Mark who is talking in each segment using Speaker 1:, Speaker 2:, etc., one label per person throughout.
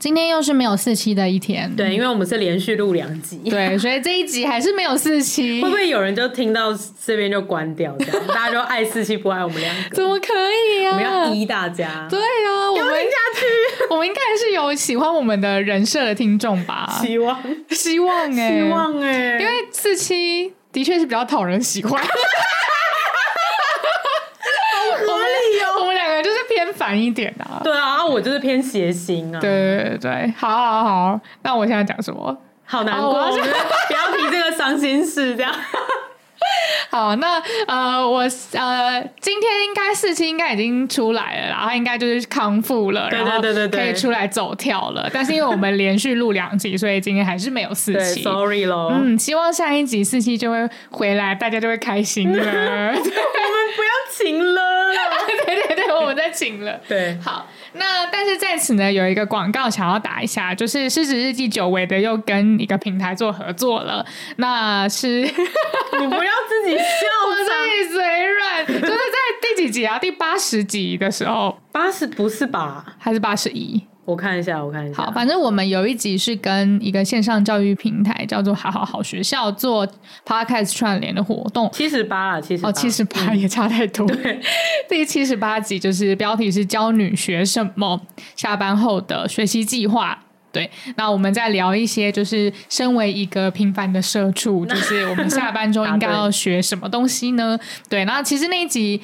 Speaker 1: 今天又是没有四期的一天，
Speaker 2: 对，因为我们是连续录两集，
Speaker 1: 嗯对，所以这一集还是没有四期，
Speaker 2: 会不会有人就听到这边就关掉，这 样大家就爱四期不爱我们两个？
Speaker 1: 怎么可以
Speaker 2: 我
Speaker 1: 啊？
Speaker 2: 们要依大家，
Speaker 1: 对啊，我们
Speaker 2: 听下
Speaker 1: 我们应该还是有喜欢我们的人设的听众吧
Speaker 2: 去，，希望，
Speaker 1: 希望哎、
Speaker 2: 希，望哎，
Speaker 1: 因为四期的确是比较讨人喜 欢，
Speaker 2: 合理哦。
Speaker 1: 我们两个就是偏烦一点啊。
Speaker 2: 对啊，我就是偏邪心啊，
Speaker 1: 对对对对，好好好，那我现在讲什么？
Speaker 2: 好难
Speaker 1: 哦我
Speaker 2: 过，
Speaker 1: 要
Speaker 2: 我们不要提这个伤心事， 这样
Speaker 1: 好，那呃，我呃，今天应该四期应该已经出来了啦，然后应该就是康复了，
Speaker 2: 对
Speaker 1: 然后
Speaker 2: 对对对
Speaker 1: 可以
Speaker 2: 对
Speaker 1: 出来走跳了。但是因为我们连续录两集，所以今天还是没有四
Speaker 2: 对
Speaker 1: 期。
Speaker 2: ，sorry 咯。
Speaker 1: 嗯，希望下一集四期就会回来，大家就会开心 了。
Speaker 2: 我们不要情了啦。
Speaker 1: 对对对，我们在请了。
Speaker 2: 对，
Speaker 1: 好，那但是在此呢，有一个广告想要打一下，就是《狮子日记》久违的又跟一个平台做合作了，那是
Speaker 2: 你不要自己笑
Speaker 1: 我
Speaker 2: 场。
Speaker 1: 自己嘴软，就是在第几集啊？第八十集的时候
Speaker 2: 八十不是吧？
Speaker 1: 还是八十一？
Speaker 2: 我看一下，我看一下。
Speaker 1: 好，反正我们有一集是跟一个线上教育平台叫做“好好好学校”做 podcast 串联的活动，
Speaker 2: 七十八嗯了，七十
Speaker 1: 哦，七十八也差太多。 第七十八集就是标题是教女学什么，下班后的学习计划。对，那我们再聊一些，就是身为一个平凡的社 畜，就是我们下班之后
Speaker 2: 答
Speaker 1: 应该
Speaker 2: 对
Speaker 1: 要学什么东西呢？对，那其实那一集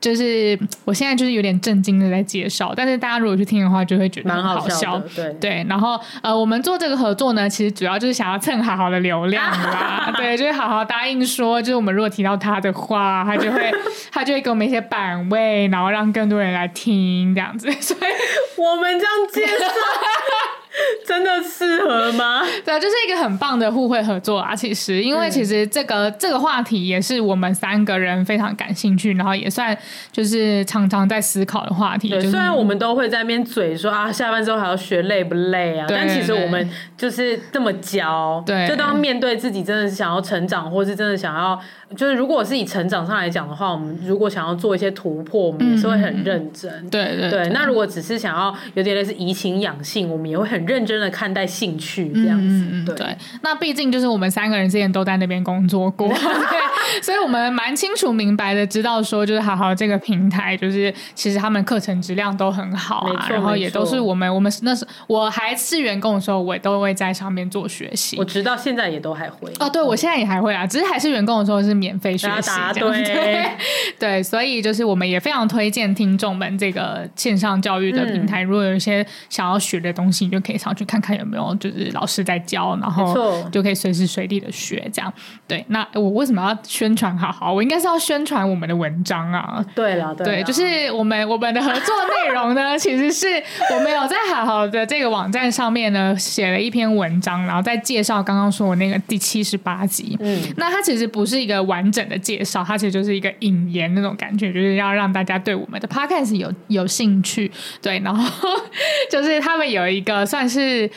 Speaker 1: 就是我现在就是有点震惊的在介绍，但是大家如果去听的话，就会觉得
Speaker 2: 蛮
Speaker 1: 很
Speaker 2: 好
Speaker 1: 好笑
Speaker 2: 笑。的，对。
Speaker 1: 对，然后呃，我们做这个合作呢，其实主要就是想要蹭好好的流量 啦。对，就是好好答应说，就是我们如果提到他的话，他就会 他就会给我们一些版位，然后让更多人来听这样子。 所以，
Speaker 2: 我们这样介绍， 真的适合吗？
Speaker 1: 对，啊就是一个很棒的互惠合作啊。其实，因为
Speaker 2: 嗯
Speaker 1: 其实这个、这个话题也是我们三个人非常感兴趣，然后也算就是常常在思考的话题。
Speaker 2: 对，
Speaker 1: 就是
Speaker 2: 虽然我们都会在那边嘴说啊，下班之后还要学累不累啊，
Speaker 1: 对
Speaker 2: 但其实
Speaker 1: 对
Speaker 2: 我们就是这么教，
Speaker 1: 对
Speaker 2: 就当面对自己真的是想要成长，或是真的想要，就是如果是以成长上来讲的话，我们如果想要做一些突破，我们也是会很认真。
Speaker 1: 对嗯对
Speaker 2: 对，那如果只是想要有点类似怡情养性，我们也会很认真的看待兴趣这样子。
Speaker 1: 嗯嗯嗯
Speaker 2: 对，
Speaker 1: 对，那毕竟就是我们三个人之前都在那边工作 过，对，所以我们蛮清楚明白的知道说，就是好好这个平台，就是其实他们课程质量都很好
Speaker 2: 没
Speaker 1: 啊，
Speaker 2: 错
Speaker 1: 然后也
Speaker 2: 没错
Speaker 1: 都是我们我们那时我还是员工的时候，我也都会在上面做学习
Speaker 2: 我。直到现在也都还会。
Speaker 1: 哦，对，我现在也还会啊，只是还是员工的时候是免费学
Speaker 2: 大
Speaker 1: 习
Speaker 2: 家答
Speaker 1: 这样，
Speaker 2: 对
Speaker 1: 对对，所以就是我们也非常推荐听众们这个线上教育的平
Speaker 2: 嗯
Speaker 1: 台，如果有一些想要学的东西，你就可以上去看看有没有就是老师在教，然
Speaker 2: 没
Speaker 1: 后
Speaker 2: 错
Speaker 1: 就可以随时随地的学这样。对，那我为什么要宣传好好？我应该是要宣传我们的文章啊。
Speaker 2: 对啦，
Speaker 1: 对，
Speaker 2: 啦
Speaker 1: 就是我们我们的合作内容呢， 其实是我们有在好好的这个网站上面呢写了一篇文章，然后再介绍刚刚说我那个第七十八集。
Speaker 2: 嗯，
Speaker 1: 那它其实不是一个完整的介绍，它其实就是一个引言那种感觉，就是要让大家对我们的 podcast 有有兴趣。对，然后 就是他们有一个算是。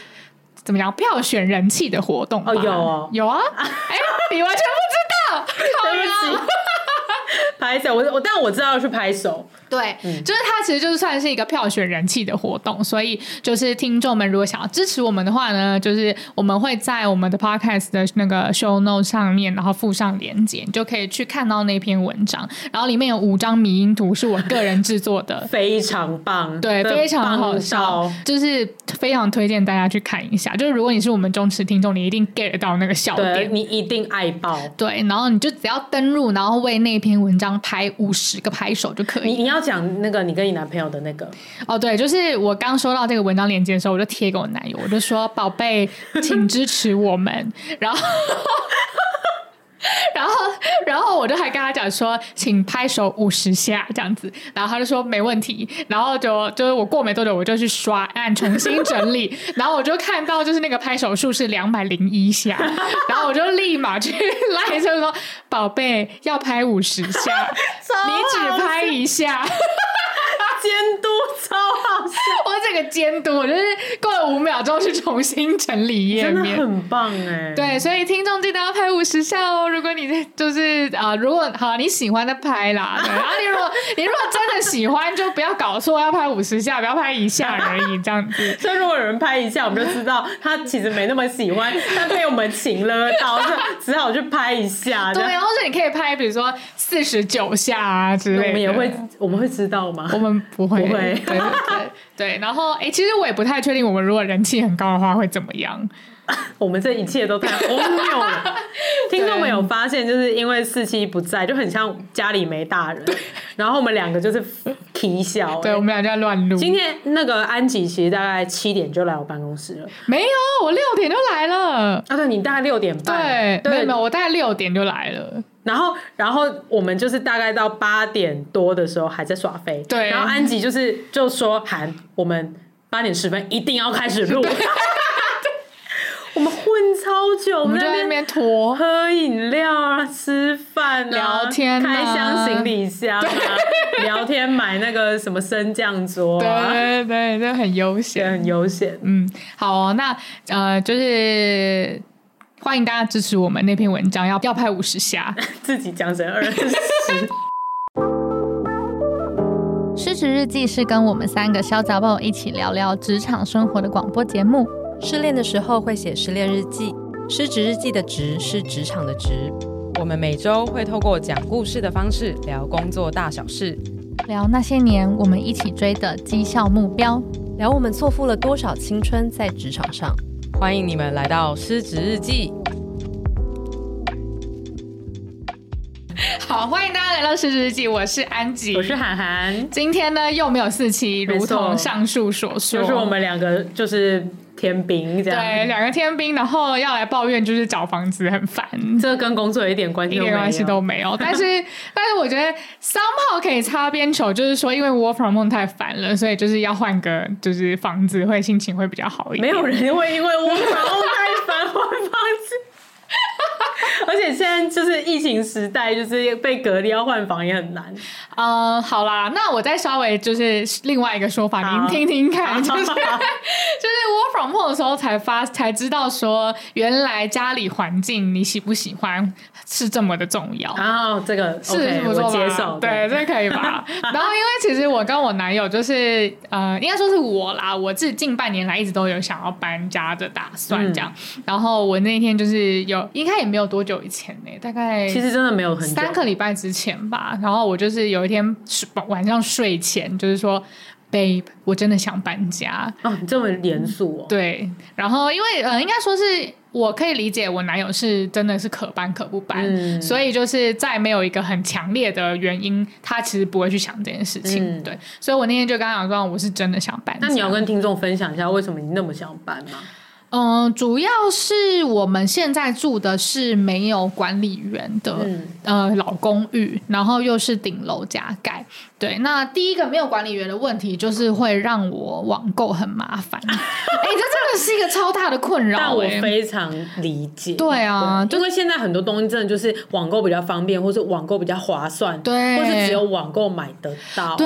Speaker 1: 怎么样？票选人气的活动吧
Speaker 2: 哦有哦
Speaker 1: 有啊！哎、你完全不知道，靠
Speaker 2: 对
Speaker 1: 腰
Speaker 2: 不起， 拍手，我我但我知道要去拍手，。
Speaker 1: 对，就是它其实就是算是一个票选人气的活动，所以就是听众们如果想要支持我们的话呢，就是我们会在我们的 podcast 的那个 show note 上面，然后附上链接，你就可以去看到那篇文章，然后里面有五张迷因图是我个人制作的
Speaker 2: 非常棒，
Speaker 1: 对，
Speaker 2: 真的
Speaker 1: 非常好
Speaker 2: 棒
Speaker 1: 笑
Speaker 2: 到，
Speaker 1: 就是非常推荐大家去看一下。就是如果你是我们忠实听众，你一定 get 到那个笑
Speaker 2: 对
Speaker 1: 点。
Speaker 2: 你一定爱爆。
Speaker 1: 对，然后你就只要登录，然后为那篇文章拍五十个拍手就可以了
Speaker 2: 你你要讲那个你跟你男朋友的那个，
Speaker 1: 哦，对，就是我刚收到这个文章链接的时候，我就贴给我男友，我就说：“宝贝，请支持我们。”然后，然后，然后我就还跟他讲说：“请拍手五十下这样子。”然后他就说：“没问题。”然后就就是我过没多久，我就去刷按重新整理，然后我就看到就是那个拍手数是两百零一下，然后我就立马去赖就说：“宝贝，要拍五十下，你只拍一下。”
Speaker 2: 监督超好笑，
Speaker 1: 我整这个监督，我就是过了五秒钟去重新整理页
Speaker 2: 真的
Speaker 1: 面。
Speaker 2: 很棒哎、
Speaker 1: 对，所以听众记得要拍五十下哦。如果你在就是啊、呃如果好你喜欢的拍啦， 对。然后你如果你如果真的喜欢，就不要搞错要拍五十下，不要拍一下而已这样 子。
Speaker 2: 所以如果有人拍一下，我们就知道他其实没那么喜 欢，但被我们请了到，就只好去拍一下。这
Speaker 1: 对，
Speaker 2: 样
Speaker 1: 然后是你可以拍，比如说四十九下啊之类的。
Speaker 2: 我们也会，我们会知道吗
Speaker 1: 我？们不会，
Speaker 2: 不会
Speaker 1: 对对 对对。然后，哎、其实我也不太确定，我们如果人气很高的话会怎么样？
Speaker 2: 我们这一切都太 荒谬了。听众们有发现，就是因为四七不在，就很像家里没大人，然后我们两个就是啼笑、
Speaker 1: 对我们俩就在乱录。
Speaker 2: 哦今天那个安吉其实大概七点就来我办公室了，
Speaker 1: 没有，我六点就来了。
Speaker 2: 啊，对你大概六点
Speaker 1: 对
Speaker 2: 半，，
Speaker 1: 没有
Speaker 2: 对
Speaker 1: 没有，我大概六点就来了。
Speaker 2: 然后，然后我们就是大概到八点多的时候还在耍飞，
Speaker 1: 对
Speaker 2: 然后安吉就是就说：“韩，我们八点十分一定要开 始录。” 我们混超久，我
Speaker 1: 我们
Speaker 2: 们
Speaker 1: 就在
Speaker 2: 在
Speaker 1: 那
Speaker 2: 那
Speaker 1: 边
Speaker 2: 边
Speaker 1: 拖，
Speaker 2: 哦喝饮料啊，吃饭啊，
Speaker 1: 聊天啊
Speaker 2: 开箱行李箱啊， 聊天买那个什么升降桌啊，
Speaker 1: 对对对，就很悠
Speaker 2: 也
Speaker 1: 闲。
Speaker 2: 很悠闲。
Speaker 1: 嗯，好哦、那呃，就是欢迎大家支持我们那篇文章，要要拍五十 下。
Speaker 2: 自己讲成二十，
Speaker 3: 失职日记是跟我们三个小杂宝一起聊聊职场生活的广播节目。
Speaker 4: 失恋的时候会写失恋日记，失职日记的职是职场的职。
Speaker 5: 我们每周会透过讲故事的方式聊工作大小事，
Speaker 3: 聊那些年我们一起追的绩效目标。
Speaker 4: 聊我们错付了多少青春在职场上。
Speaker 5: 欢迎你们来到失职日记。
Speaker 1: 好，欢迎大家来到《失职日记》，我是安吉，
Speaker 2: 我是涵涵，
Speaker 1: 今天呢又没有四期，
Speaker 2: 没
Speaker 1: 如
Speaker 2: 错
Speaker 1: 同上述所说，
Speaker 2: 就是我们两个就是天兵这样，
Speaker 1: 对两个天兵，然后要来抱怨就是找房子很烦。
Speaker 2: 这跟工作一点关系
Speaker 1: 一
Speaker 2: 都没
Speaker 1: 点
Speaker 2: 有。
Speaker 1: 关系都没有，但是 但是我觉得 somehow 可以擦边球，就是说因为 work from home 太烦了，所以就是要换个就是房子会心情会比较好一点。
Speaker 2: 没有人会因为我房后太烦换房 子，而且现在就是疫情时代，就是被隔离要换房也很难。
Speaker 1: 呃，好啦，那我再稍微就是另外一个说法，您听听 看，就是就是 work from home 的时候才发才知道说，原来家里环境你喜不喜欢是这么的重要。
Speaker 2: 然后这个
Speaker 1: 是
Speaker 2: OK，
Speaker 1: 不错吧
Speaker 2: 我接受。
Speaker 1: 对，这可以 吧？然后因为其实我跟我男友就是呃，应该说是我啦，我自己近半年来一直都有想要搬家的打算，这样。
Speaker 2: 嗯
Speaker 1: 然后我那天就是有，应该也没有多久以前呢、大概
Speaker 2: 其实真的没有很久
Speaker 1: 三个礼拜之前吧。然后我就是有一天睡晚上睡前，就是说，babe，我真的想搬家。
Speaker 2: 哦，你这么严肃哦。
Speaker 1: 对，然后因为呃，应该说是我可以理解我男友是真的是可搬可不搬，
Speaker 2: 嗯
Speaker 1: 所以就是在没有一个很强烈的原因，他其实不会去想这件事情。
Speaker 2: 嗯
Speaker 1: 对，所以我那天就跟他讲说，我是真的想搬家。
Speaker 2: 那你要跟听众分享一下为什么你那么想搬吗？
Speaker 1: 嗯，主要是我们现在住的是没有管理员的、
Speaker 2: 嗯
Speaker 1: 呃老公寓，然后又是顶楼加盖。对，那第一个没有管理员的问题就是会让我网购很麻烦。 哎、这真的是一个超大的困扰、
Speaker 2: 但我
Speaker 1: 哎
Speaker 2: 非常理解。
Speaker 1: 对啊
Speaker 2: 对因为现在很多东西真的就是网购比较方便，或是网购比较划算，
Speaker 1: 对
Speaker 2: 或是只有嗯网购买得到。
Speaker 1: 对，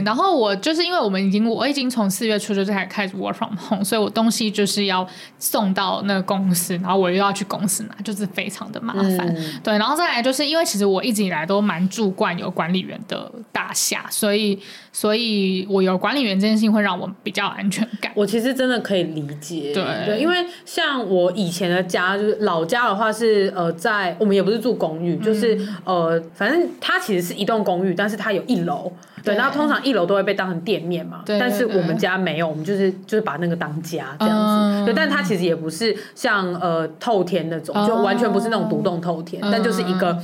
Speaker 1: 啊然后我就是因为我们已经我已经从四月初就开始开始 work from home，所以我东西就是要送到那个公司，然后我又要去公司拿，就是非常的麻烦。
Speaker 2: 嗯
Speaker 1: 对，然后再来就是因为其实我一直以来都蛮住惯有管理员的大厦，所以所以我有管理员这件事情会让我比较安全感。
Speaker 2: 我其实真的可以理解，
Speaker 1: 对
Speaker 2: 因为像我以前的家，就是老家的话是呃，在我们也不是住公寓，
Speaker 1: 嗯
Speaker 2: 就是呃，反正它其实是一栋公寓，但是它有一楼，对，
Speaker 1: 对
Speaker 2: 然后通常一楼都会被当成店面嘛，
Speaker 1: 对对
Speaker 2: 但是
Speaker 1: 对
Speaker 2: 我们家没有，我们就是就是把那个当家这样子，
Speaker 1: 嗯
Speaker 2: 对，但它其实也不是像呃透天那种，就完全不是那种独栋透天，
Speaker 1: 嗯
Speaker 2: 但就是一个。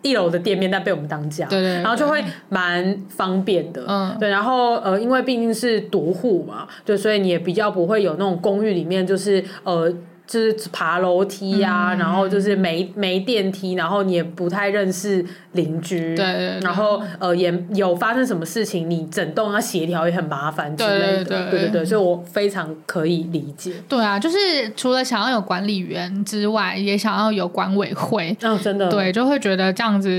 Speaker 2: 一楼的店面，但被我们当家，
Speaker 1: 哦对对对
Speaker 2: 然后就会蛮方便的，
Speaker 1: 嗯
Speaker 2: 对，然后呃，因为毕竟是独户嘛，对，所以你也比较不会有那种公寓里面就是呃。就是爬楼梯呀、
Speaker 1: 嗯
Speaker 2: 然后就是没没电梯，然后你也不太认识邻居，
Speaker 1: 对对对
Speaker 2: 然后呃也有发生什么事情，你整栋要协调也很麻烦之类
Speaker 1: 对
Speaker 2: 的，
Speaker 1: 对对
Speaker 2: 对对，所以我非常可以理解，
Speaker 1: 对啊，就是除了想要有管理员之外，也想要有管委会，
Speaker 2: 嗯、真的，
Speaker 1: 对，就会觉得这样子，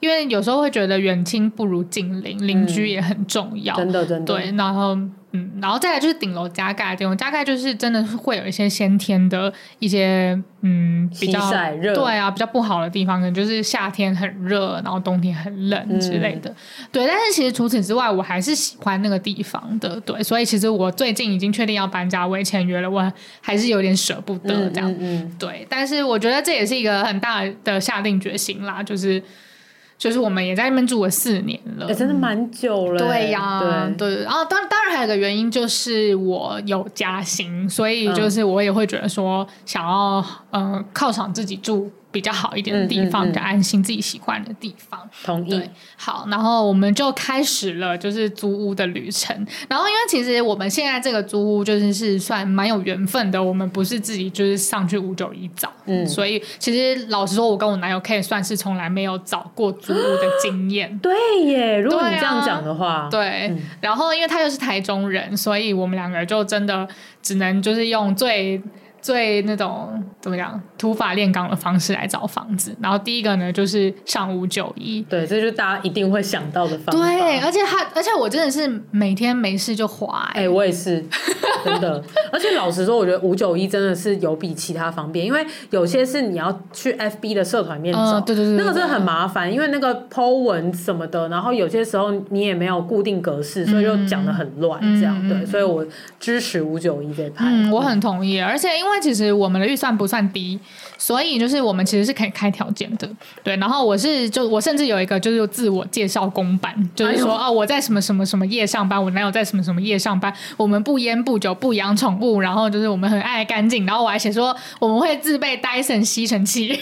Speaker 1: 因为有时候会觉得远亲不如近邻，邻居也很重要。
Speaker 2: 嗯真的真的，
Speaker 1: 对，然后嗯，然后再来就是顶楼加盖这种加盖，就是真的是会有一些先天的一些嗯比较
Speaker 2: 西晒热
Speaker 1: 对啊比较不好的地方，可能就是夏天很热，然后冬天很冷之
Speaker 2: 嗯
Speaker 1: 类的。对，但是其实除此之外，我还是喜欢那个地方的。对，所以其实我最近已经确定要搬家，我也签约了，我还是有点舍不得
Speaker 2: 嗯
Speaker 1: 这样。
Speaker 2: 嗯嗯，
Speaker 1: 对，但是我觉得这也是一个很大的下定决心啦，就是就是我们也在那边住了四年了，
Speaker 2: 哎、真的蛮久了、欸
Speaker 1: 对呀、
Speaker 2: 对，
Speaker 1: 对，然后当当然还有一个原因就是我有加薪，所以
Speaker 2: 嗯
Speaker 1: 就是我也会觉得说想要呃犒赏自己住比较好一点的地方，
Speaker 2: 嗯嗯嗯
Speaker 1: 比较安心自己习惯的地方。
Speaker 2: 同意
Speaker 1: 对，好，然后我们就开始了就是租屋的旅程。然后因为其实我们现在这个租屋就是是算蛮有缘分的，我们不是自己就是上去五九一找，
Speaker 2: 嗯。
Speaker 1: 所以其实老实说，我跟我男友可以算是从来没有找过租屋的经验
Speaker 2: 对耶，如果你
Speaker 1: 对啊
Speaker 2: 这样讲的话，
Speaker 1: 对，
Speaker 2: 嗯
Speaker 1: 然后因为他又是台中人，所以我们两个就真的只能就是用最最那种怎么讲土法炼钢的方式来找房子。然后第一个呢就是上五九一，
Speaker 2: 对这就是大家一定会想到的方法。
Speaker 1: 对，而且他，而且我真的是每天没事就滑、
Speaker 2: 哎、
Speaker 1: 欸，
Speaker 2: 我也是，真的。而且老实说，我觉得五九一真的是有比其他方便，因为有些是你要去 FB 的社团面找，
Speaker 1: 嗯对对对对
Speaker 2: 那个真的很麻烦，因为那个 Po 文什么的，然后有些时候你也没有固定格式，所以就讲的很乱，这样、
Speaker 1: 嗯嗯嗯
Speaker 2: 对。所以我支持五九一这派。哎
Speaker 1: 嗯，我很同意。而且因为其实我们的预算不算低，所以就是我们其实是可以开条件的，对。然后我是就我甚至有一个就是自我介绍公版，就是说
Speaker 2: 哎
Speaker 1: 啊、我在什么什么什么夜上班，我男友在什么什么夜上班，我们不烟不酒不养宠物，然后就是我们很爱干净，然后我还写说我们会自备 Dyson 吸尘 器。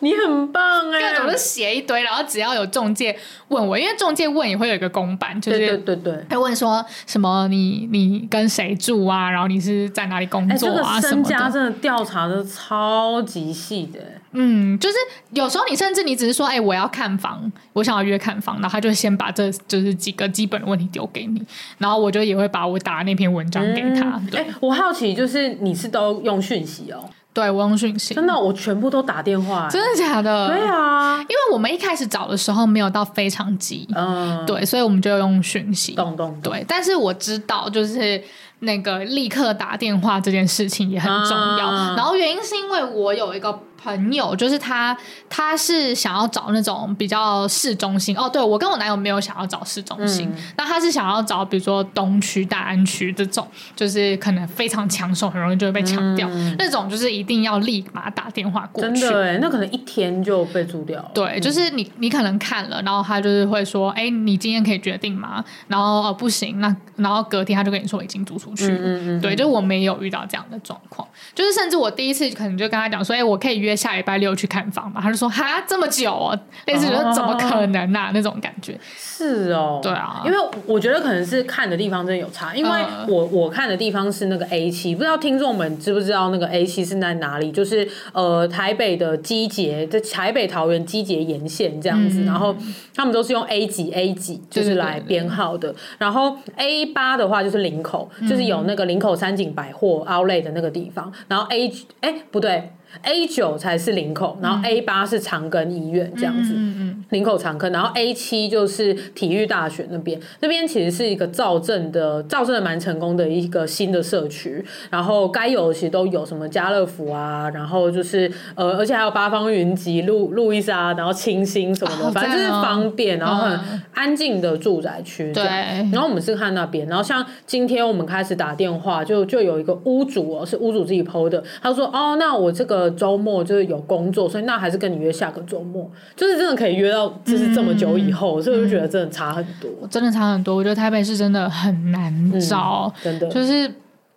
Speaker 2: 你很棒哎、
Speaker 1: 各种都写一堆，然后只要有中介问我，因为中介问也会有一个公版，就
Speaker 2: 对对
Speaker 1: 是
Speaker 2: 对对。
Speaker 1: 还问说什么你你跟谁住啊，然后你是在哪里工
Speaker 2: 哎、这
Speaker 1: 作
Speaker 2: 个
Speaker 1: 啊、什
Speaker 2: 身
Speaker 1: 么
Speaker 2: 家
Speaker 1: 的，
Speaker 2: 真的调查的超级细的、
Speaker 1: 嗯，就是有时候你甚至你只是说，哎、我要看房，我想要约看房，然后他就先把这就是几个基本的问题丢给你，然后我就也会把我打的那篇文章给他，
Speaker 2: 嗯
Speaker 1: 对，
Speaker 2: 哎我好奇，就是你是都用讯息哦、
Speaker 1: 对我用讯息，
Speaker 2: 真的，我全部都打电话、哎
Speaker 1: 真的假的？
Speaker 2: 对，啊，
Speaker 1: 因为我们一开始找的时候没有到非常急，
Speaker 2: 嗯，
Speaker 1: 对，所以我们就用讯息，
Speaker 2: 懂懂懂，
Speaker 1: 对，但是我知道，就是那个立刻打电话这件事情也很重要。
Speaker 2: 啊
Speaker 1: 然后原因是因为我有一个朋友，就是他他是想要找那种比较市中心哦，对我跟我男友没有想要找市中心，
Speaker 2: 嗯
Speaker 1: 那他是想要找比如说东区、大安区这种，就是可能非常抢手，很容易就会被抢掉、那种，就是一定要立马打电话过
Speaker 2: 嗯真
Speaker 1: 去。
Speaker 2: 的哎，那可能一天就被租掉了。
Speaker 1: 对，就是你你可能看了，然后他就是会说，哎、你今天可以决定吗？然后、哦、不行，那然后隔天他就跟你说已经租出去了。
Speaker 2: 嗯嗯嗯
Speaker 1: 对，就是我没有遇到这样的状况，就是甚至我第一次可能就跟他讲说，哎、我可以约下礼拜六去看房嘛？他就说，哈，这么久、哦，类似就是怎么可能啊、那种感觉。
Speaker 2: 是哦，
Speaker 1: 对啊
Speaker 2: 因为我觉得可能是看的地方真的有差，因为
Speaker 1: 嗯
Speaker 2: 我、我看的地方是那个 A 七，不知道听众们知不知道那个 A 七是在哪里？就是呃台北的基捷，在台北桃园基捷沿线这样子，然后他们都是用 A 几 A 几就是来编号的，然后 A 八的话就是林口，就是有那个林口三井百货 Outlet 的那个地方，然后 A 哎、不对。A 九才是林口，然后 A 八是长庚医院这样子，
Speaker 1: 嗯嗯
Speaker 2: 林口长科，然后 A 七就是体育大学那边，那边其实是一个造镇的，造镇的蛮成功的一个新的社区，然后该有的其实都有，什么家乐福啊，然后就是呃，而且还有八方云集、路路易莎，然后清新什么的，
Speaker 1: 哦
Speaker 2: 反正就是
Speaker 1: 赞哦
Speaker 2: 方便，然后很
Speaker 1: 嗯
Speaker 2: 安静的住宅区这样。
Speaker 1: 对
Speaker 2: 然后我们是看那边，然后像今天我们开始打电话，就就有一个屋主哦，是屋主自己 PO 的，他说哦，那我这个周末就是有工作，所以那还是跟你约下个周末，就是真的可以约到，就是这么久以后，所以我就觉得真的差很多，
Speaker 1: 嗯，真的差很多。我觉得台北市真的很
Speaker 2: 嗯
Speaker 1: 难找，
Speaker 2: 真的，
Speaker 1: 就是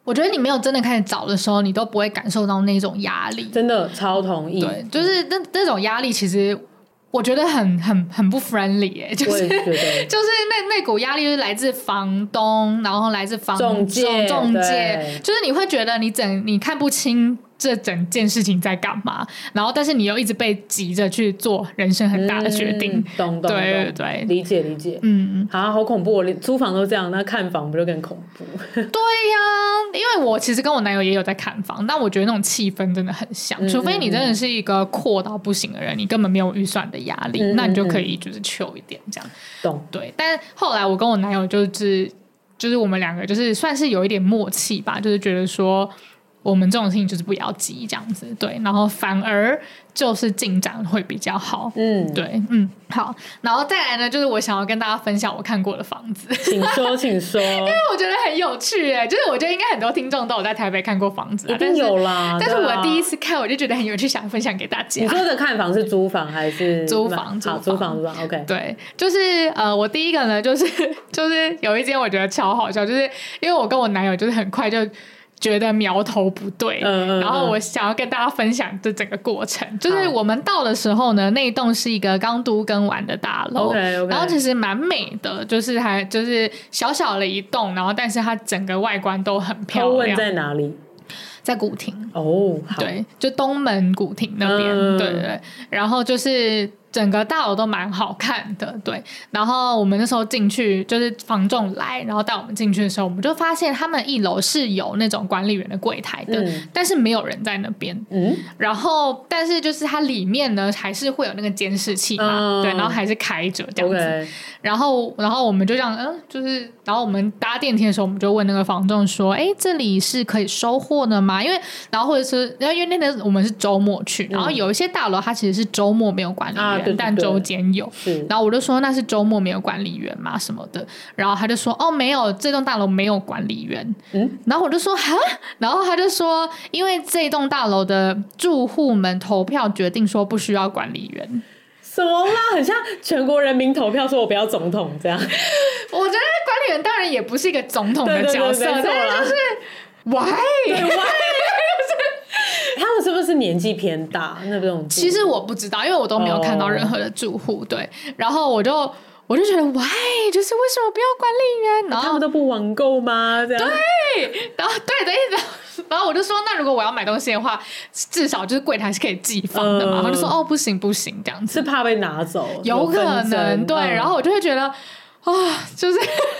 Speaker 1: 我觉得你没有真的开始找的时候，你都不会感受到那种压力。
Speaker 2: 真的超同意，
Speaker 1: 对，就是那那种压力，其实我觉得很很很不 friendly 哎、就
Speaker 2: 我
Speaker 1: 是
Speaker 2: 也。觉得。
Speaker 1: 就是那那股压力就是来自房东，然后来自房
Speaker 2: 中 介
Speaker 1: 中介
Speaker 2: 对，
Speaker 1: 就是你会觉得你整你看不清这整件事情在干嘛，然后但是你又一直被急着去做人生很大的决定
Speaker 2: 嗯，，懂
Speaker 1: 对
Speaker 2: 懂懂
Speaker 1: 对对
Speaker 2: 理解理解，
Speaker 1: 嗯，
Speaker 2: 啊，好恐怖！我连租房都这样，那看房不就更恐怖？
Speaker 1: 对呀、因为我其实跟我男友也有在看房，但我觉得那种气氛真的很像，
Speaker 2: 嗯
Speaker 1: 除非你真的是一个阔到不行的人，你根本没有预算的压力，
Speaker 2: 嗯嗯
Speaker 1: 那你就可以就是 chill 一点这样。
Speaker 2: 懂？
Speaker 1: 对，但后来我跟我男友就是。就是我们两个就是算是有一点默契吧，就是觉得说我们这种事情就是不要急这样子，对，然后反而就是进展会比较好。
Speaker 2: 嗯，，
Speaker 1: 对，嗯，好，然后再来呢，就是我想要跟大家分享我看过的房子，
Speaker 2: 请说，请说，
Speaker 1: 我觉得很有趣哎、就是我觉得应该很多听众都有在台北看过房子、啊，
Speaker 2: 一定有啦。
Speaker 1: 但是。但是
Speaker 2: 对啊
Speaker 1: 我第一，次看，我就觉得很有趣，想分享给大家。
Speaker 2: 你说的看房是租房还是
Speaker 1: 租房
Speaker 2: 好，
Speaker 1: 租
Speaker 2: 租
Speaker 1: 房
Speaker 2: 房，租房，OK。
Speaker 1: 对，就是呃，我第一个呢，就是 就是有一间我觉得超好笑，就是因为我跟我男友就是很快就觉得苗头不对，
Speaker 2: 嗯嗯
Speaker 1: 然后
Speaker 2: 嗯
Speaker 1: 我想要跟大家分享这整个过程。就是
Speaker 2: 好
Speaker 1: 我们到的时候呢，那一栋是一个刚都更完的大楼
Speaker 2: OK，OK
Speaker 1: 然后其实蛮美的，就是还就是小小的一栋，然后但是它整个外观都很漂
Speaker 2: 偷问
Speaker 1: 亮，
Speaker 2: 在哪里？
Speaker 1: 在古亭。
Speaker 2: 哦，好，
Speaker 1: 对，就东门古亭那边，
Speaker 2: 嗯
Speaker 1: 对对对。然后就是整个大楼都蛮好看的，对。然后我们那时候进去，就是房仲来，然后带我们进去的时候，我们就发现他们一楼是有那种管理员的柜台的，
Speaker 2: 嗯
Speaker 1: 但是没有人在那边。
Speaker 2: 嗯，
Speaker 1: 然后，但是就是它里面呢，还是会有那个监视器嘛，
Speaker 2: 嗯
Speaker 1: 对，然后还是开着这样子。
Speaker 2: OK，
Speaker 1: 然后，然后我们就这样，嗯，就是，然后我们搭电梯的时候，我们就问那个房东说：“哎，这里是可以收货的吗？”因为，然后或者是，然后因为那天我们是周末去，然后有一些大楼它其实是周末没有管理员，
Speaker 2: 啊对对
Speaker 1: 但
Speaker 2: 对
Speaker 1: 周间有。
Speaker 2: 是，
Speaker 1: 然后我就说那是周末没有管理员嘛什么的，然后他就说哦没有，这栋大楼没有管理员。
Speaker 2: 嗯，
Speaker 1: 然后我就说哈，然后他就说因为这栋大楼的住户们投票决定说不需要管理员。
Speaker 2: 什么啦？很像全国人民投票说我不要总统这样。
Speaker 1: 我觉得管理员当然也不是一个总统的
Speaker 2: 对对对
Speaker 1: 角色，
Speaker 2: 没错
Speaker 1: 但是
Speaker 2: 啦
Speaker 1: 就是 why？
Speaker 2: 他们是不是年纪偏大那种？
Speaker 1: 其实我不知道，因为我都没有看到任何的住户。
Speaker 2: 哦
Speaker 1: 对，然后我就我就觉得 why？就是为什么不要管理员？然
Speaker 2: 他
Speaker 1: 后
Speaker 2: 们都不网购吗？这样
Speaker 1: 然后对的，一直，然后我就说，那如果我要买东西的话，至少就是柜台是可以寄放的嘛。
Speaker 2: 嗯
Speaker 1: 然后就说，哦，不行不行，这样子
Speaker 2: 是怕被拿走，
Speaker 1: 有可
Speaker 2: 纷
Speaker 1: 能
Speaker 2: 争
Speaker 1: 对。
Speaker 2: 嗯
Speaker 1: 然后我就会觉得，啊、就是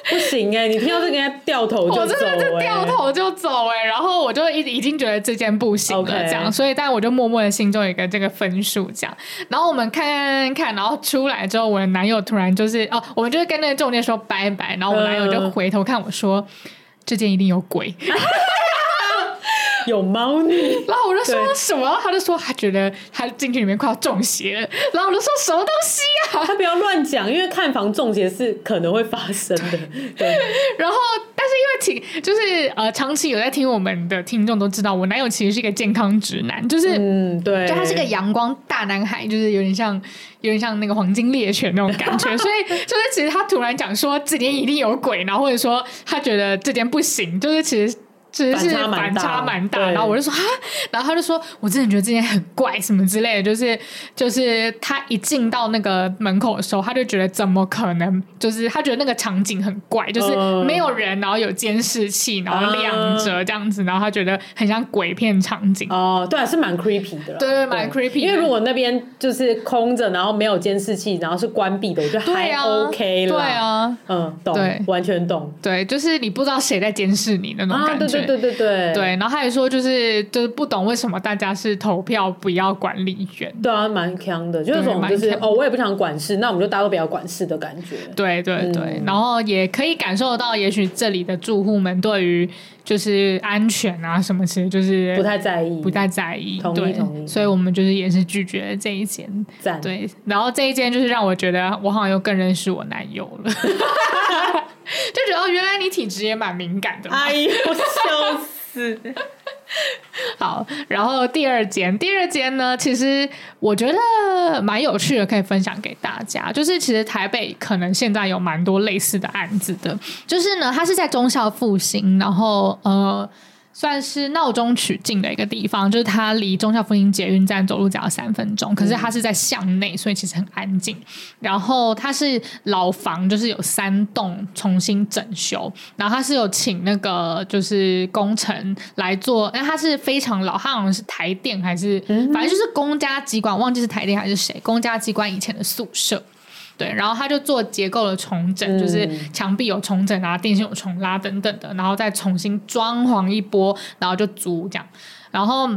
Speaker 2: 不行哎、你听到这个应该掉头
Speaker 1: 我
Speaker 2: 就走、
Speaker 1: 真的是
Speaker 2: 欸，
Speaker 1: 掉。头就走哎、然后我就已已经觉得这件不行了
Speaker 2: OK
Speaker 1: 这样，所以但我就默默的心中有一个这个分数这样。然后我们看看看，然后出来之后，我的男友突然就是哦，我们就是跟那个中介说拜拜，然后我男友就
Speaker 2: 嗯
Speaker 1: 回头看我说，这件一定有鬼。
Speaker 2: 有猫腻，
Speaker 1: 然后我就说
Speaker 2: 对
Speaker 1: 什么？他就说他觉得他进去里面快要中邪了。 然后我就说什么东西啊？
Speaker 2: 他不要乱讲，因为看房中邪是可能会发生的。对，
Speaker 1: 然后但是因为挺就是呃，长期有在听我们的听众都知道，我男友其实是一个健康直男，就是。
Speaker 2: 嗯，对，
Speaker 1: 就他是个阳光大男孩，就是有点像，有点像那个黄金猎犬那种感觉， 所以就是其实他突然讲说这间一定有鬼，然后或者说他觉得这间不行，就是其实其实是
Speaker 2: 反差蛮
Speaker 1: 反
Speaker 2: 大
Speaker 1: 差蛮大，
Speaker 2: 对
Speaker 1: 然后我就说啊，然后他就说我真的觉得这间很怪什么之类的，就是就是他一进到那个门口的时候，他就觉得怎么可能，就是他觉得那个场景很怪，就是
Speaker 2: 嗯
Speaker 1: 没有人，然后有监视器，然后亮
Speaker 2: 啊
Speaker 1: 着这样子，然后他觉得很像鬼片场景。
Speaker 2: 哦，对啊，是蛮 creepy 的啦。
Speaker 1: 对蛮 creepy 的
Speaker 2: 因为如果那边就是空着，然后没有监视器，然后是关闭的，我觉得还
Speaker 1: 对啊
Speaker 2: OK 啦。
Speaker 1: 对，啊，
Speaker 2: 嗯，懂
Speaker 1: 对，
Speaker 2: 完全懂。
Speaker 1: 对，就是你不知道谁在监视你那种
Speaker 2: 啊，
Speaker 1: 感觉。
Speaker 2: 对对对对对
Speaker 1: 对然后他还说，就是就是不懂为什么大家是投票不要管理员。
Speaker 2: 对啊，蛮强的，就是
Speaker 1: 对
Speaker 2: 这种
Speaker 1: 蛮
Speaker 2: 就是
Speaker 1: 强
Speaker 2: 哦，我也不想管事，那我们就大家都不要管事的感觉。
Speaker 1: 对对对，
Speaker 2: 嗯
Speaker 1: 然后也可以感受到，也许这里的住户们对于就是安全啊什么，其实就是
Speaker 2: 不太在意，
Speaker 1: 不太在意。
Speaker 2: 同意
Speaker 1: 对
Speaker 2: 同意嗯
Speaker 1: 所以我们就是也是拒绝这一间。
Speaker 2: 赞。
Speaker 1: 对，然后这一间就是让我觉得我好像又更认识我男友了， 就觉得哦，原来你体质也蛮敏感的嘛。
Speaker 2: 哎呦，笑死！
Speaker 1: 好，然后第二间，第二间呢，其实我觉得蛮有趣的，可以分享给大家。就是其实台北可能现在有蛮多类似的案子的，就是呢，它是在中校复兴，然后呃。算是闹中取静的一个地方，就是它离中校复兴捷运站走路只要三分钟，可是它是在巷内，所以其实很安静。然后它是老房，就是有三栋重新整修，然后它是有请那个就是工程来做，哎因为它是非常老，它好像是台电还是、反正就是公家机关，忘记是台电还是谁，公家机关以前的宿舍。对，然后他就做结构的重整，
Speaker 2: 嗯
Speaker 1: 就是墙壁有重整啊，电线有重拉等等的，然后再重新装潢一波，然后就租这样。然后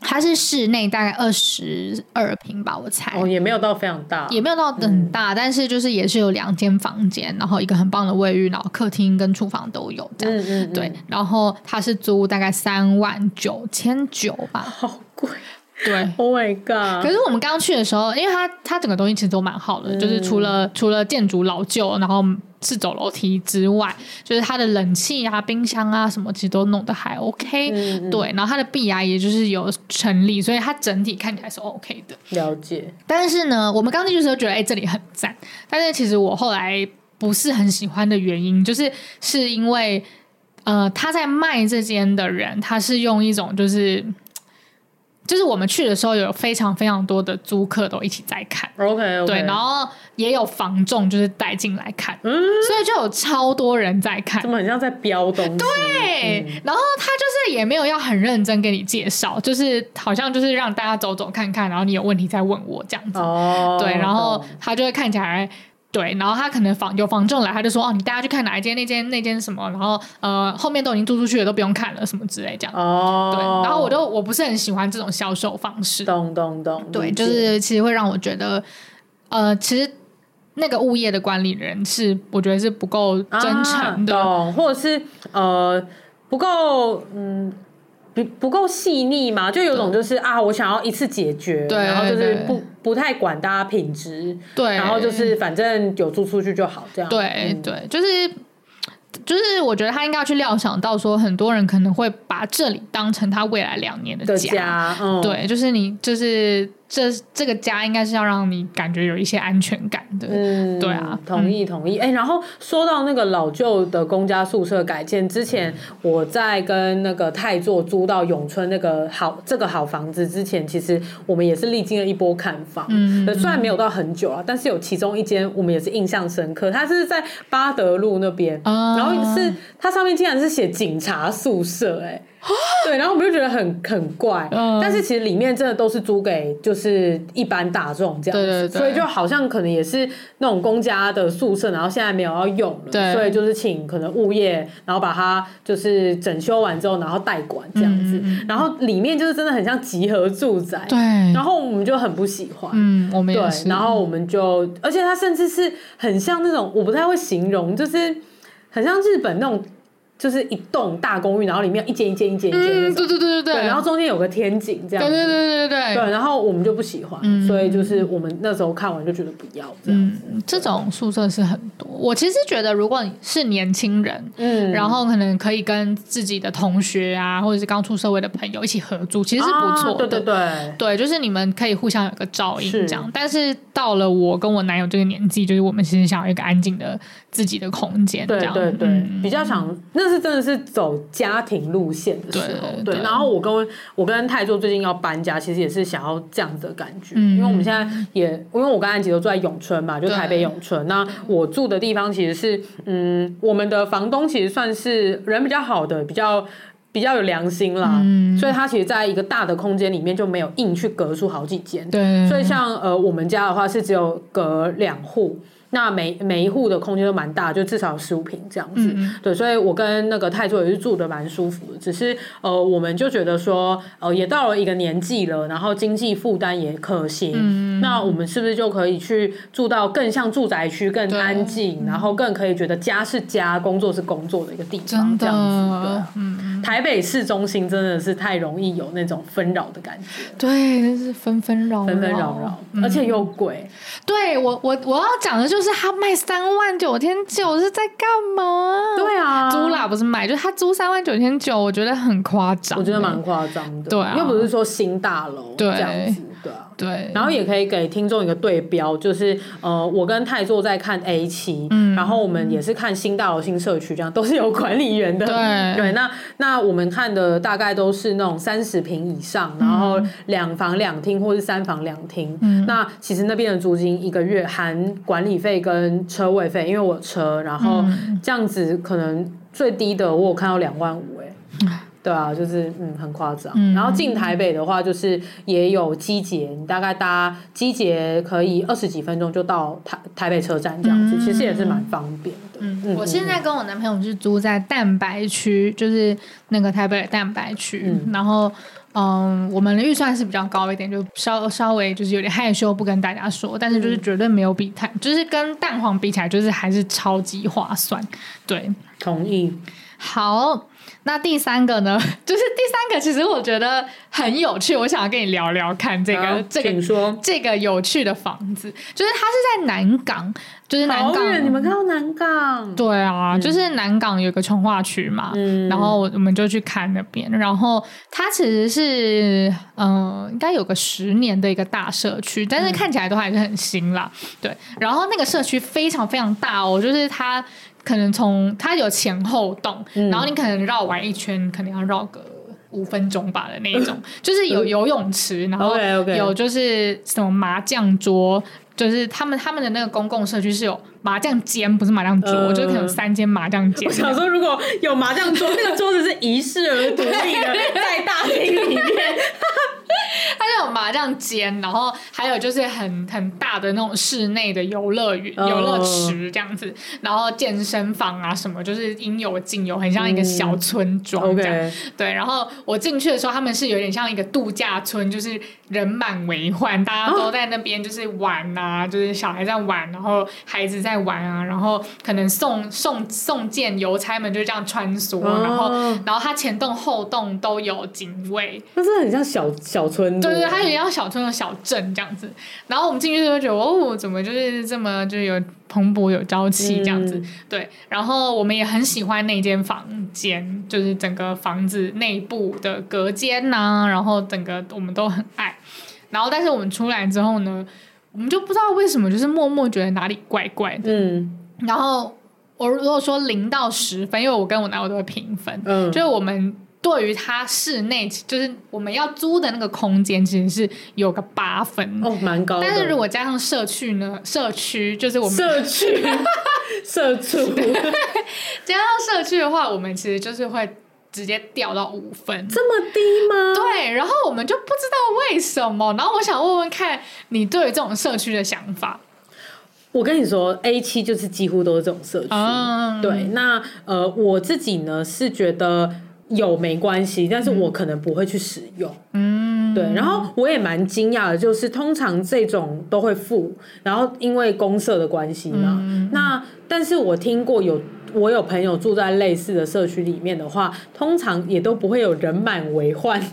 Speaker 1: 它是室内大概二十二平吧，我猜。
Speaker 2: 哦，也没有到非常大，
Speaker 1: 也没有到很大，
Speaker 2: 嗯
Speaker 1: 但是就是也是有两间房间，然后一个很棒的卫浴，然后客厅跟厨房都有这样。
Speaker 2: 嗯嗯，嗯
Speaker 1: 对，，然后它是租大概三万九千九吧。
Speaker 2: 好贵
Speaker 1: 对，
Speaker 2: ，Oh my god！
Speaker 1: 可是我们刚去的时候，因为它它整个东西其实都蛮好的，
Speaker 2: 嗯
Speaker 1: 就是除了除了建筑老旧，然后是走楼梯之外，就是它的冷气啊、冰箱啊什么，其实都弄得还 OK、
Speaker 2: 嗯嗯
Speaker 1: 对，然后它的壁啊，也就是有成立，所以它整体看起来是 OK 的。
Speaker 2: 了解，
Speaker 1: 但是呢，我们刚进去的时候觉得，哎、这里很赞。但是其实我后来不是很喜欢的原因，就是是因为，呃，他在卖这间的人，他是用一种就是，就是我们去的时候有非常非常多的租客都一起在看。
Speaker 2: OK OK，嗯
Speaker 1: 对，然后也有房仲就是带进来看，所以就有超多人在看
Speaker 2: 怎。么很像在标东西？嗯
Speaker 1: 对，然后他就是也没有要很认真给你介绍，就是好像就是让大家走走看看，然后你有问题再问我这样子。
Speaker 2: 哦，
Speaker 1: 对，然后
Speaker 2: 懂
Speaker 1: 他就会看起来。哎对，然后他可能房有房仲来，他就说哦，你大家去看哪一间、那间、那间什么，然后呃后面都已经租出去了，都不用看了什么之类这样。
Speaker 2: 哦，
Speaker 1: 对，然后我就我不是很喜欢这种销售方式。
Speaker 2: 懂懂懂，
Speaker 1: 对，
Speaker 2: 理
Speaker 1: 就
Speaker 2: 解
Speaker 1: 是其实会让我觉得，呃，其实那个物业的管理人是我觉得是不够真诚的。
Speaker 2: 啊懂或者是呃不够嗯。不不够细腻嘛，就有种就是啊，我想要一次解决，
Speaker 1: 对
Speaker 2: 然后就是
Speaker 1: 对
Speaker 2: 不不太管大家品质，
Speaker 1: 对，
Speaker 2: 然后就是反正有租出去就好，这样。
Speaker 1: 对
Speaker 2: 嗯，
Speaker 1: 对，就是就是，我觉得他应该要去料想到说，很多人可能会把这里当成他未来两年
Speaker 2: 的
Speaker 1: 的
Speaker 2: 家，嗯，，
Speaker 1: 对，就是你，就是这这个家应该是要让你感觉有一些安全感的。
Speaker 2: 嗯，
Speaker 1: 对啊
Speaker 2: 同意同意。哎、然后说到那个老旧的公家宿舍改建，之前我在跟那个泰座租到永春那个好这个好房子之前，其实我们也是历经了一波看房，
Speaker 1: 嗯
Speaker 2: 对虽然没有到很久啊，但是有其中一间我们也是印象深刻，它是在巴德路那边，
Speaker 1: 啊
Speaker 2: 然后是它上面竟然是写警察宿舍、哎。对，然后我们就觉得很很怪，
Speaker 1: 嗯
Speaker 2: 但是其实里面真的都是租给就是一般大众这样子，
Speaker 1: 对对对
Speaker 2: 所以就好像可能也是那种公家的宿舍，然后现在没有要用了，
Speaker 1: 对
Speaker 2: 所以就是请可能物业，然后把它就是整修完之后，然后代管这样
Speaker 1: 嗯
Speaker 2: 子，然后里面就是真的很像集合住宅，
Speaker 1: 对，
Speaker 2: 然后我们就很不喜欢，
Speaker 1: 嗯，我们也
Speaker 2: 对，
Speaker 1: 是。
Speaker 2: 然后我们就，而且它甚至是很像那种，我不太会形容，就是很像日本那种，就是一栋大公寓，然后里面一间一间一间一间那
Speaker 1: 嗯，
Speaker 2: 种，
Speaker 1: 对对对对
Speaker 2: 对，然后中间有个天井这样
Speaker 1: 对
Speaker 2: 子，
Speaker 1: 对对对
Speaker 2: 对
Speaker 1: 对。
Speaker 2: 然后我们就不喜欢，
Speaker 1: 嗯
Speaker 2: 所以就是我们那时候看完就觉得不要这样子，
Speaker 1: 嗯，这种宿舍是很多。我其实觉得，如果你是年轻人，
Speaker 2: 嗯
Speaker 1: 然后可能可以跟自己的同学啊，或者是刚出社会的朋友一起合租，其实是不错的。
Speaker 2: 啊对对对，
Speaker 1: 对，就是你们可以互相有个照应
Speaker 2: 是
Speaker 1: 这样。但是到了我跟我男友这个年纪，就是我们其实想要一个安静的自己的空间，这
Speaker 2: 对
Speaker 1: 样
Speaker 2: 对对，
Speaker 1: 嗯
Speaker 2: 比较想，那是真的是走家庭路线的时候，
Speaker 1: 对
Speaker 2: 对。
Speaker 1: 对
Speaker 2: 然后我跟我跟泰座最近要搬家，其实也是想要这样子的感觉，
Speaker 1: 嗯
Speaker 2: 因为我们现在也，因为我跟安吉都住在永春嘛，就
Speaker 1: 对
Speaker 2: 台北永春。那我住的地方其实是，嗯，我们的房东其实算是人比较好的，比较。比较有良心啦，
Speaker 1: 嗯
Speaker 2: 所以他其实在一个大的空间里面就没有硬去隔出好几间，
Speaker 1: 对，
Speaker 2: 所以像呃我们家的话是只有隔两户，那每每一户的空间都蛮大，就至少十五平这样子。
Speaker 1: 嗯
Speaker 2: 对，所以我跟那个泰座也是住的蛮舒服的，只是呃我们就觉得说呃也到了一个年纪了，然后经济负担也可行，
Speaker 1: 嗯
Speaker 2: 那我们是不是就可以去住到更像住宅区、更
Speaker 1: 对
Speaker 2: 安静，
Speaker 1: 嗯
Speaker 2: 然后更可以觉得家是家，工作是工作的一个地方
Speaker 1: 真
Speaker 2: 这
Speaker 1: 的
Speaker 2: 样子？对啊，
Speaker 1: 嗯，
Speaker 2: 台北市中心真的是太容易有那种纷扰的感觉。
Speaker 1: 对，真是纷纷扰
Speaker 2: 纷纷扰扰，
Speaker 1: 嗯
Speaker 2: 而且又贵，
Speaker 1: 对我我我要讲的就是他卖三万九千九是在干嘛？
Speaker 2: 对啊，
Speaker 1: 租啦，不是卖，就是他租三万九千九，我觉得很夸张欸，
Speaker 2: 我觉得蛮夸张的，
Speaker 1: 对啊
Speaker 2: 又不是说新大楼
Speaker 1: 对
Speaker 2: 这样子，对啊。
Speaker 1: 对，
Speaker 2: 然后也可以给听众一个对标，就是呃，我跟泰座在看 A 七，
Speaker 1: 嗯
Speaker 2: 然后我们也是看新大楼、新社区，这样都是有管理员的。
Speaker 1: 对
Speaker 2: 那那我们看的大概都是那种三十平以上，然后
Speaker 1: 嗯
Speaker 2: 两房两厅或是三房两厅。那其实那边的租金一个月含管理费跟车位费，因为我有车，然后
Speaker 1: 嗯
Speaker 2: 这样子可能最低的我有看到两万五哎、对啊，就是嗯，很夸张。
Speaker 1: 嗯
Speaker 2: 然后进台北的话，就是也有机捷，你大概搭机捷可以二十几分钟就到台台北车站这样子，
Speaker 1: 嗯
Speaker 2: 其实也是蛮方便的。
Speaker 1: 嗯，我现在跟我男朋友是租在蛋白区，就是那个台北的蛋白区，
Speaker 2: 嗯
Speaker 1: 然后。嗯，我们的预算是比较高一点，就稍稍微就是有点害羞不跟大家说，但是就是绝对没有比太，就是跟蛋黄比起来，就是还是超级划算。对，
Speaker 2: 嗯同意。
Speaker 1: 好，那第三个 呢，就是第三个，其实我觉得很有趣，我想要跟你聊聊看这
Speaker 2: 好
Speaker 1: 个这个
Speaker 2: 请说。
Speaker 1: 这个有趣的房子，就是它是在南港，就是南
Speaker 2: 好远，你
Speaker 1: 港。
Speaker 2: 们看到南港？
Speaker 1: 对啊，就是南港有个从化区嘛，
Speaker 2: 嗯
Speaker 1: 然后我们就去看那边，然后它其实是嗯、呃应该有个十年的一个大社区，但
Speaker 2: 嗯
Speaker 1: 是看起来都还是很新啦。对，然后那个社区非常非常大哦，就是它可能从它有前后栋，
Speaker 2: 嗯
Speaker 1: 然后你可能绕完一圈，可能要绕个。五分钟吧的那一 种，就是有游泳池，然后
Speaker 2: 嗯 OK，OK
Speaker 1: 有就是什么麻将桌，就是他们他们的那个公共社区是有麻将间，不是麻将桌，
Speaker 2: 嗯
Speaker 1: 就是可能有三间麻将间。
Speaker 2: 我 想说，如果有麻将桌，那个桌子是遗世而独立的，在大厅里面。
Speaker 1: 它就有麻将间，然后还有就是很很大的那种室内的游乐园、
Speaker 2: 哦
Speaker 1: 游乐池这样子，然后健身房啊什么，就是应有尽有，很像一个小村庄这样。
Speaker 2: OK，
Speaker 1: 对，然后我进去的时候，他们是有点像一个度假村，就是人满为患，大家都在那边就是玩啊，就是小孩在玩，然后孩子在玩啊，然后可能送送送件邮差们就这样穿梭，然后
Speaker 2: 哦
Speaker 1: 然后他前栋后栋都有警卫，
Speaker 2: 那真的很像小小村落。
Speaker 1: 对对，它有点像小村的小镇这样子。然后我们进去就觉得，哦，怎么就是这么就是有蓬勃有朝气这样子？
Speaker 2: 嗯
Speaker 1: 对，然后我们也很喜欢那间房间，就是整个房子内部的隔间呐、然后整个我们都很爱。然后，但是我们出来之后呢，我们就不知道为什么，就是默默觉得哪里怪怪的。
Speaker 2: 嗯
Speaker 1: 然后我如果说零到十分，因为我跟我男友都会评分，
Speaker 2: 嗯，
Speaker 1: 就是我们对于它室内，就是我们要租的那个空间，其实是有个八分。
Speaker 2: 哦，蛮高的。
Speaker 1: 但是如果加上社区呢，社区就是我们
Speaker 2: 社区 社 畜，
Speaker 1: 加上社区的话，我们其实就是会直接掉到五分。
Speaker 2: 这么低吗？
Speaker 1: 对，然后我们就不知道为什么。然后我想问问看你对于这种社区的想法。
Speaker 2: 我跟你说，A 七就是几乎都是这种社区。
Speaker 1: 嗯，
Speaker 2: 对，那呃，我自己呢是觉得有没关系，但是我可能不会去使用。
Speaker 1: 嗯，
Speaker 2: 对，然后我也蛮惊讶的，就是通常这种都会付，然后因为公社的关系嘛，
Speaker 1: 嗯
Speaker 2: 那但是我听过有。我有朋友住在类似的社区里面的话，通常也都不会有人满为患 的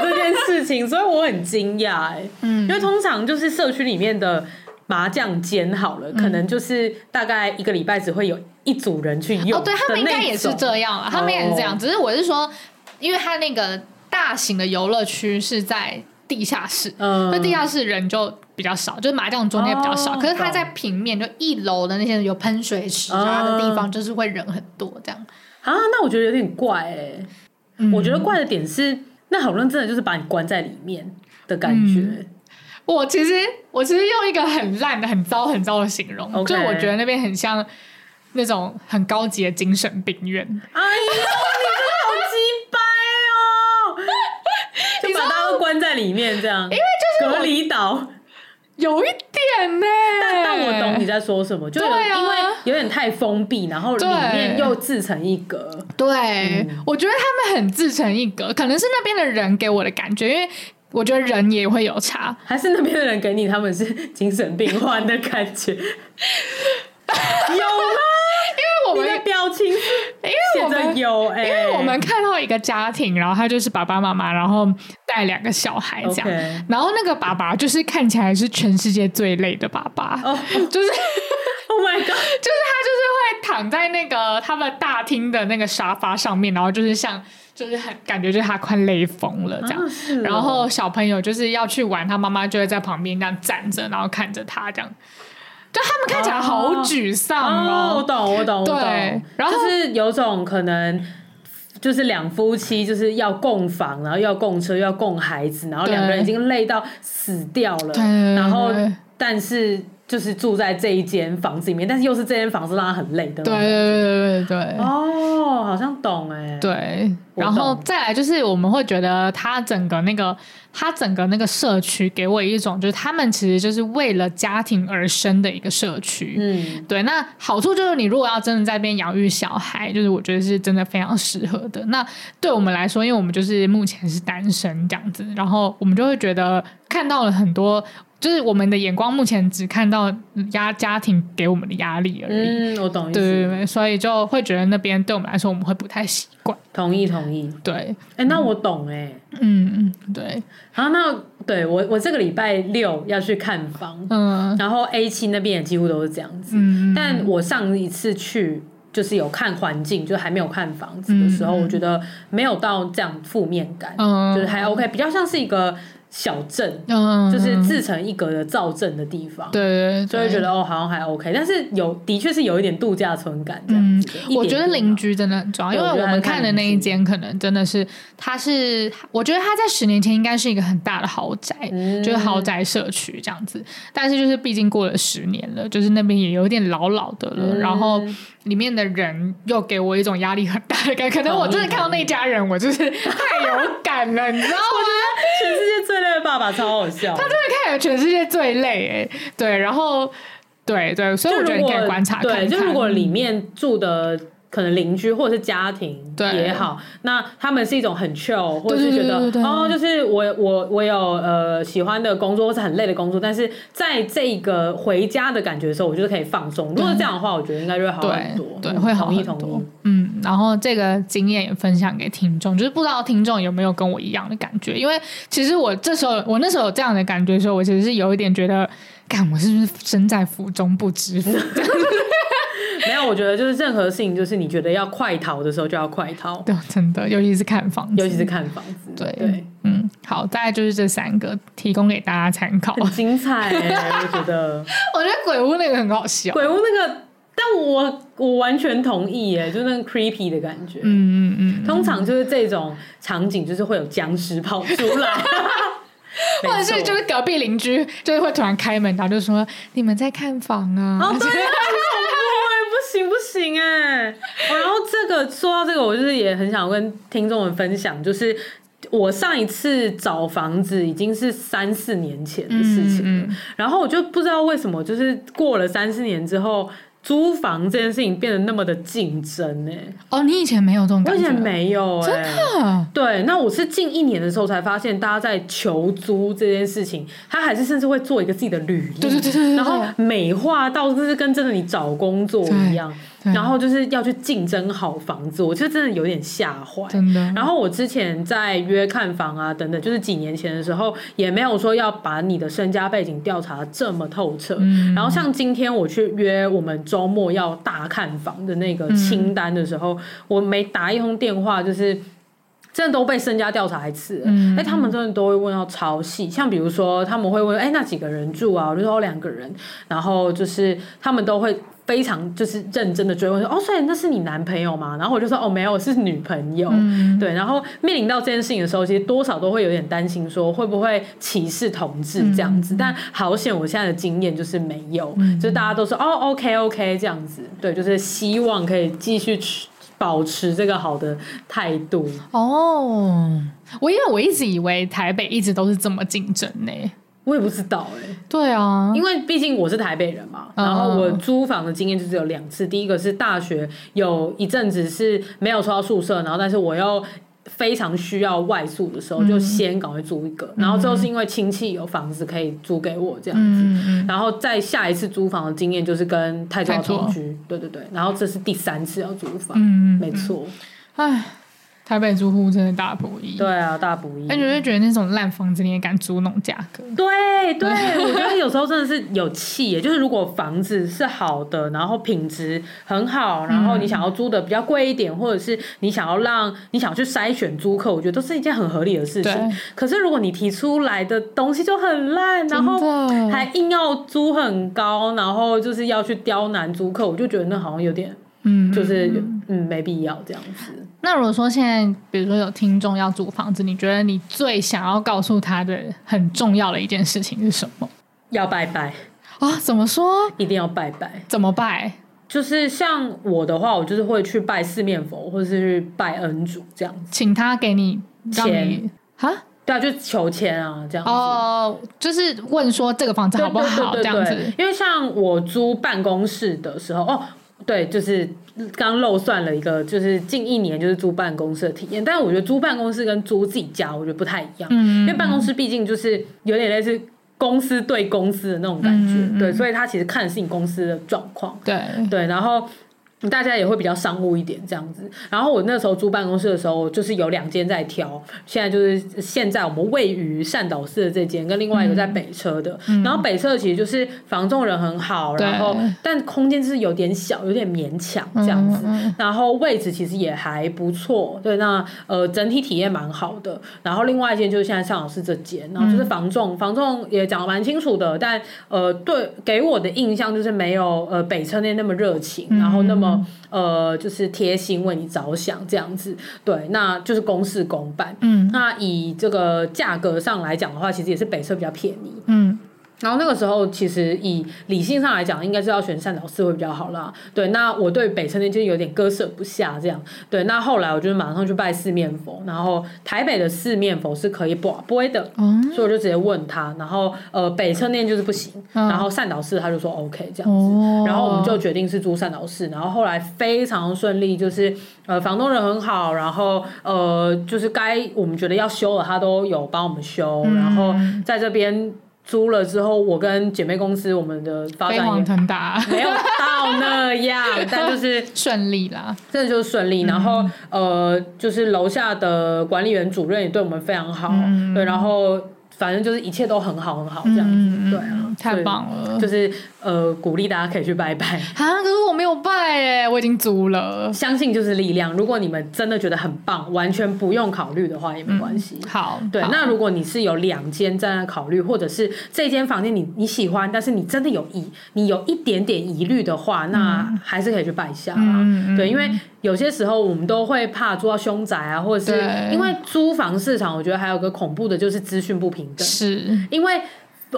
Speaker 2: 这件事情，所以我很惊讶哎，
Speaker 1: 嗯
Speaker 2: 因为通常就是社区里面的麻将间好
Speaker 1: 嗯
Speaker 2: 了，可能就是大概一个礼拜只会有一组人去用的那种、
Speaker 1: 哦，对他们应该也是这样了，他们也是这样，
Speaker 2: 哦
Speaker 1: 只是我是说，因为他那个大型的游乐区是在地下室，
Speaker 2: 嗯
Speaker 1: 那、地下室人就比较少，就是麻将桌那些比较少。
Speaker 2: 哦
Speaker 1: 可是他在平面，就一楼的那些有喷水池啊的地方，
Speaker 2: 嗯
Speaker 1: 就是会人很多这样。
Speaker 2: 啊，那我觉得有点怪哎、
Speaker 1: 嗯
Speaker 2: 我觉得怪的点是，那好像真的就是把你关在里面的感
Speaker 1: 嗯
Speaker 2: 觉。
Speaker 1: 我其实我其实用一个很烂的、很糟、很糟的形容
Speaker 2: OK
Speaker 1: 就是我觉得那边很像那种很高级的精神病院。
Speaker 2: 哎呦，你真的好鸡掰 哦！就把大家都关在里面这样，因为就是隔离岛。
Speaker 1: 有一点呢、
Speaker 2: 但但我懂你在说什么，就有、
Speaker 1: 对啊
Speaker 2: 因为有点太封闭，然后里
Speaker 1: 对
Speaker 2: 面又自成一格。
Speaker 1: 对，
Speaker 2: 嗯
Speaker 1: 我觉得他们很自成一格，可能是那边的人给我的感觉，因为我觉得人也会有差。
Speaker 2: 还是那边的人给你他们是精神病患的感 觉，有吗？
Speaker 1: 因为我
Speaker 2: 你
Speaker 1: 们
Speaker 2: 的表情是
Speaker 1: 因为我
Speaker 2: 写着
Speaker 1: 们
Speaker 2: 有哎、
Speaker 1: 因为我们看到一个家庭，然后他就是爸爸妈妈，然后带两个小孩这样
Speaker 2: OK
Speaker 1: 然后那个爸爸就是看起来是全世界最累的爸爸
Speaker 2: 哦
Speaker 1: 就是
Speaker 2: Oh my god！
Speaker 1: 就是他就是会躺在那个他们大厅的那个沙发上面，然后就是像就是很感觉就是他快累疯了这样，
Speaker 2: 啊是哦
Speaker 1: 然后小朋友就是要去玩，他妈妈就会在旁边这样站着，然后看着他这样，就他们看起来好沮丧
Speaker 2: 哦，我
Speaker 1: 哦。
Speaker 2: 懂，我懂，我
Speaker 1: 对
Speaker 2: 懂。
Speaker 1: 然后
Speaker 2: 就是有种可能，就是两夫妻就是要共房，然后要共车，要共孩子，然后两个人已经累到死掉了，
Speaker 1: 对
Speaker 2: 然后但是。就是住在这一间房子里面，但是又是这间房子让他很累的。
Speaker 1: 对对对对对对。
Speaker 2: 哦，好像懂哎、
Speaker 1: 对，
Speaker 2: 我
Speaker 1: 然后
Speaker 2: 懂
Speaker 1: 再来就是我们会觉得他整个那个他整个那个社区给我一种就是他们其实就是为了家庭而生的一个社区。
Speaker 2: 嗯，
Speaker 1: 对，那好处就是你如果要真的在那边养育小孩，就是我觉得是真的非常适合的。那对我们来说，因为我们就是目前是单身这样子，然后我们就会觉得看到了很多，就是我们的眼光目前只看到压家庭给我们的压力而已。
Speaker 2: 嗯，我懂意思，
Speaker 1: 对对对，所以就会觉得那边对我们来说，我们会不太习惯。
Speaker 2: 同意同意。
Speaker 1: 对，
Speaker 2: 哎、那我懂哎、
Speaker 1: 嗯，嗯，对，
Speaker 2: 然后那对我我这个礼拜六要去看房，
Speaker 1: 嗯
Speaker 2: 然后 A 七那边也几乎都是这样子。
Speaker 1: 嗯，
Speaker 2: 但我上一次去就是有看环境，就还没有看房子的时候，我觉得没有到这样负面感，
Speaker 1: 嗯
Speaker 2: 就是还 OK，比较像是一个小镇，
Speaker 1: 嗯，
Speaker 2: 就是自成一格的造镇的地方。
Speaker 1: 对对对，
Speaker 2: 就会觉得哦，好像还 OK，但是有的确是有一点度假村感这样
Speaker 1: 嗯
Speaker 2: 子的。，
Speaker 1: 我
Speaker 2: 一点
Speaker 1: 觉得
Speaker 2: 点
Speaker 1: 邻
Speaker 2: 啊
Speaker 1: 居真的很重要，
Speaker 2: 对
Speaker 1: 因为
Speaker 2: 我觉
Speaker 1: 我
Speaker 2: 得还是
Speaker 1: 们
Speaker 2: 看
Speaker 1: 看的
Speaker 2: 邻
Speaker 1: 那一
Speaker 2: 居
Speaker 1: 间，可能真的是它是，我觉得它在十年前应该是一个很大的豪宅，
Speaker 2: 嗯
Speaker 1: 就是豪宅社区这样子。但是就是毕竟过了十年了，就是那边也有点老老的了，然后里面的人又给我一种压力很大的感觉。可能我真的看到那家人，我就是太有感了，你知道吗？
Speaker 2: 全世界最累的爸爸超好笑。
Speaker 1: 看起来全世界最累哎、对，然后对对，所以
Speaker 2: 就
Speaker 1: 我觉得
Speaker 2: 如
Speaker 1: 你
Speaker 2: 果
Speaker 1: 可以观察看看。
Speaker 2: 对，就如果里面住的。可能邻居或者是家庭
Speaker 1: 对
Speaker 2: 也好，那他们是一种很 chill，或者是
Speaker 1: 对
Speaker 2: 觉
Speaker 1: 对
Speaker 2: 得
Speaker 1: 对对对
Speaker 2: 哦，就是我我我有呃喜欢的工作或是很累的工作，但是在这个回家的感觉的时候，我觉得可以放松。如果是这样的话，我觉得应该就会好很
Speaker 1: 嗯对
Speaker 2: 多，
Speaker 1: 对，
Speaker 2: 嗯
Speaker 1: 会好
Speaker 2: 同意
Speaker 1: 很
Speaker 2: 同
Speaker 1: 多
Speaker 2: 意。。
Speaker 1: 嗯，然后这个经验也分享给听众，就是不知道听众有没有跟我一样的感觉？因为其实我这时候，我那时候有这样的感觉的时候，我其实是有一点觉得，看我是不是身在福中不知 福？
Speaker 2: 没有，我觉得就是任何事情，就是你觉得要快逃的时候就要快逃，
Speaker 1: 对，真的，尤其是看房子，
Speaker 2: 尤其是看房子，
Speaker 1: 对
Speaker 2: 对，
Speaker 1: 嗯，好，大概就是这三个提供给大家参 考。
Speaker 2: 很精彩、欸，我觉得。
Speaker 1: 我觉得鬼屋那个很好笑，
Speaker 2: 鬼屋那个，但我我完全同意耶，就那个 creepy 的感觉。
Speaker 1: 嗯嗯嗯，
Speaker 2: 通常就是这种场景，就是会有僵尸跑出来， 没
Speaker 1: 或者
Speaker 2: 错
Speaker 1: 是就是隔壁邻居就是会突然开门，然后就说你们在看房啊，
Speaker 2: 哦，对啊，很恐怖哎，不行不行哎、哦然后这个说到这个，我就是也很想跟听众们分享，就是。我上一次找房子已经是三四年前的事情了，
Speaker 1: 嗯嗯
Speaker 2: 然后我就不知道为什么，就是过了三四年之后，租房这件事情变得那么的竞争哎呢、
Speaker 1: 哦，你以前没有这种
Speaker 2: 我
Speaker 1: 感
Speaker 2: 以
Speaker 1: 觉，
Speaker 2: 前没有、欸，真
Speaker 1: 啊，
Speaker 2: 对，那我是近一年的时候才发现，大家在求租这件事情，他还是甚至会做一个自己的履历，
Speaker 1: 对对对对对
Speaker 2: 然后美化到就是跟真的你找工作一样，
Speaker 1: 对对
Speaker 2: 然后就是要去竞争好房子，我就真的有点吓坏。
Speaker 1: 真的
Speaker 2: 然后我之前在约看房啊等等，就是几年前的时候，也没有说要把你的身家背景调查这么透彻。然后像今天我去约我们周末要大看房的那个清单的时候，我每打一通电话就是。真的都被身家调查一次了，哎、
Speaker 1: 嗯
Speaker 2: 他们真的都会问到超细，像比如说他们会问，哎、那几个人住啊？我就说哦两个人，然后就是他们都会非常就是认真的追问说，哦，所以那是你男朋友吗？然后我就说，哦，没有，是女朋友。对，然后面临到这件事情的时候，其实多少都会有点担心，说会不会歧视同志这样子。但好险，我现在的经验就是没有，就是大家都说哦，OK OK 这样子，对，就是希望可以继续持保持这个好的态度。
Speaker 1: 哦，我因为我一直以为台北一直都是这么竞争呢、
Speaker 2: 我也不知道哎、
Speaker 1: 对啊，
Speaker 2: 因为毕竟我是台北人嘛，
Speaker 1: 嗯
Speaker 2: 然后我租房的经验就只有两次，第一个是大学有一阵子是没有收到宿舍，然后但是我又。非常需要外宿的时候，
Speaker 1: 嗯
Speaker 2: 就先赶快租一个，然后之后是因为亲戚有房子可以租给我这样子，
Speaker 1: 嗯嗯
Speaker 2: 然后再下一次租房的经验就是跟泰州
Speaker 1: 泰铢
Speaker 2: 同居，对对对，然后这是第三次要租房，
Speaker 1: 嗯，
Speaker 2: 没错，
Speaker 1: 唉，台北租户真的大不易。
Speaker 2: 对，啊，大不易
Speaker 1: 而。且就哎觉得那种烂房子你也敢租那种价格，
Speaker 2: 对 对，我觉得有时候真的是有气耶，就是如果房子是好的，然后品质很好，然后你
Speaker 1: 嗯
Speaker 2: 想要租的比较贵一点，或者是你想要让你想要去筛选租客，我觉得都是一件很合理的事情
Speaker 1: 对。
Speaker 2: 可是如果你提出来的东西就很烂，然后
Speaker 1: 真的
Speaker 2: 还硬要租很高，然后就是要去刁难租客，我就觉得那好像有点
Speaker 1: 嗯，
Speaker 2: 就是嗯没必要这样子。
Speaker 1: 那如果说现在，比如说有听众要租房子，你觉得你最想要告诉他的很重要的一件事情是什么？
Speaker 2: 要拜拜，
Speaker 1: 啊，怎么说？
Speaker 2: 一定要拜拜。
Speaker 1: 怎么拜？
Speaker 2: 就是像我的话，我就是会去拜四面佛，或者是去拜恩主这样子。
Speaker 1: 请他给你让你
Speaker 2: 钱
Speaker 1: 啊
Speaker 2: 对啊，就求签啊这样子。
Speaker 1: 哦，就是问说这个房子
Speaker 2: 对
Speaker 1: 好不好这
Speaker 2: 对对
Speaker 1: 样
Speaker 2: 对对
Speaker 1: 子。
Speaker 2: 因为像我租办公室的时候，哦，对，就是刚漏算了一个，就是近一年就是租办公室的体验。但是我觉得租办公室跟租自己家，我觉得不太一样，
Speaker 1: 嗯
Speaker 2: 因为办公室毕竟就是有点类似。公司对公司的那种感觉，
Speaker 1: 嗯嗯嗯
Speaker 2: 对，所以他其实看的是你公司的状况，
Speaker 1: 对，
Speaker 2: 对，然后大家也会比较商务一点这样子。然后我那时候租办公室的时候，我就是有两间在挑，现在就是现在我们位于善导寺的这间，跟另外一个在北车的。然后北车其实就是房仲人很好，然后
Speaker 1: 对
Speaker 2: 但空间就是有点小，有点勉强这样子。
Speaker 1: 嗯嗯嗯
Speaker 2: 然后位置其实也还不错，对，那呃整体体验蛮好的。然后另外一间就是现在上老师这间，然后
Speaker 1: 嗯
Speaker 2: 就是房仲，房仲也讲的蛮清楚的，但呃对给我的印象就是没有呃北车那那么热情，然后那
Speaker 1: 嗯
Speaker 2: 么呃就是贴心为你着想这样子，对，那就是公事公办。
Speaker 1: 嗯
Speaker 2: 那以这个价格上来讲的话，其实也是北车比较便宜，
Speaker 1: 嗯，
Speaker 2: 然后那个时候，其实以理性上来讲，应该是要选善导寺会比较好啦。对，那我对北车那间有点割舍不下这样。对，那后来我就马上去拜四面佛，然后台北的四面佛是可以卜卜的，
Speaker 1: 哦
Speaker 2: 所以我就直接问他。然后呃，北车那就是不行，
Speaker 1: 嗯
Speaker 2: 然后善导寺他就说 OK 这样子。
Speaker 1: 哦，
Speaker 2: 然后我们就决定是租善导室，然后后来非常顺利，就是呃房东人很好，然后呃就是该我们觉得要修了，他都有帮我们修，然后
Speaker 1: 嗯
Speaker 2: 在这边租了之后，我跟姐妹公司我们的发
Speaker 1: 飞
Speaker 2: 展
Speaker 1: 黄
Speaker 2: 也
Speaker 1: 腾达
Speaker 2: 没有到那 样，但就是
Speaker 1: 顺利啦，
Speaker 2: 真的就是顺利。然
Speaker 1: 嗯
Speaker 2: 后呃，就是楼下的管理员主任也对我们非常好，
Speaker 1: 嗯
Speaker 2: 对，然后反正就是一切都很好很好这样子，
Speaker 1: 嗯嗯嗯
Speaker 2: 对啊，
Speaker 1: 太
Speaker 2: 所以
Speaker 1: 棒了
Speaker 2: 就是呃鼓励大家可以去拜拜。
Speaker 1: 啊！可是我没有拜哎，我已经租了。
Speaker 2: 相信就是力量。如果你们真的觉得很棒，完全不用考虑的话也没关系。
Speaker 1: 嗯好，
Speaker 2: 对
Speaker 1: 好，
Speaker 2: 那如果你是有两间在那考虑，或者是这间房间你你喜欢，但是你真的有疑，你有一点点疑虑的话，那还是可以去拜一下啦。
Speaker 1: 嗯嗯嗯
Speaker 2: 对，因为有些时候我们都会怕租到凶宅啊，或者
Speaker 1: 对
Speaker 2: 是因为租房市场，我觉得还有个恐怖的就是资讯不平等，
Speaker 1: 是
Speaker 2: 因为。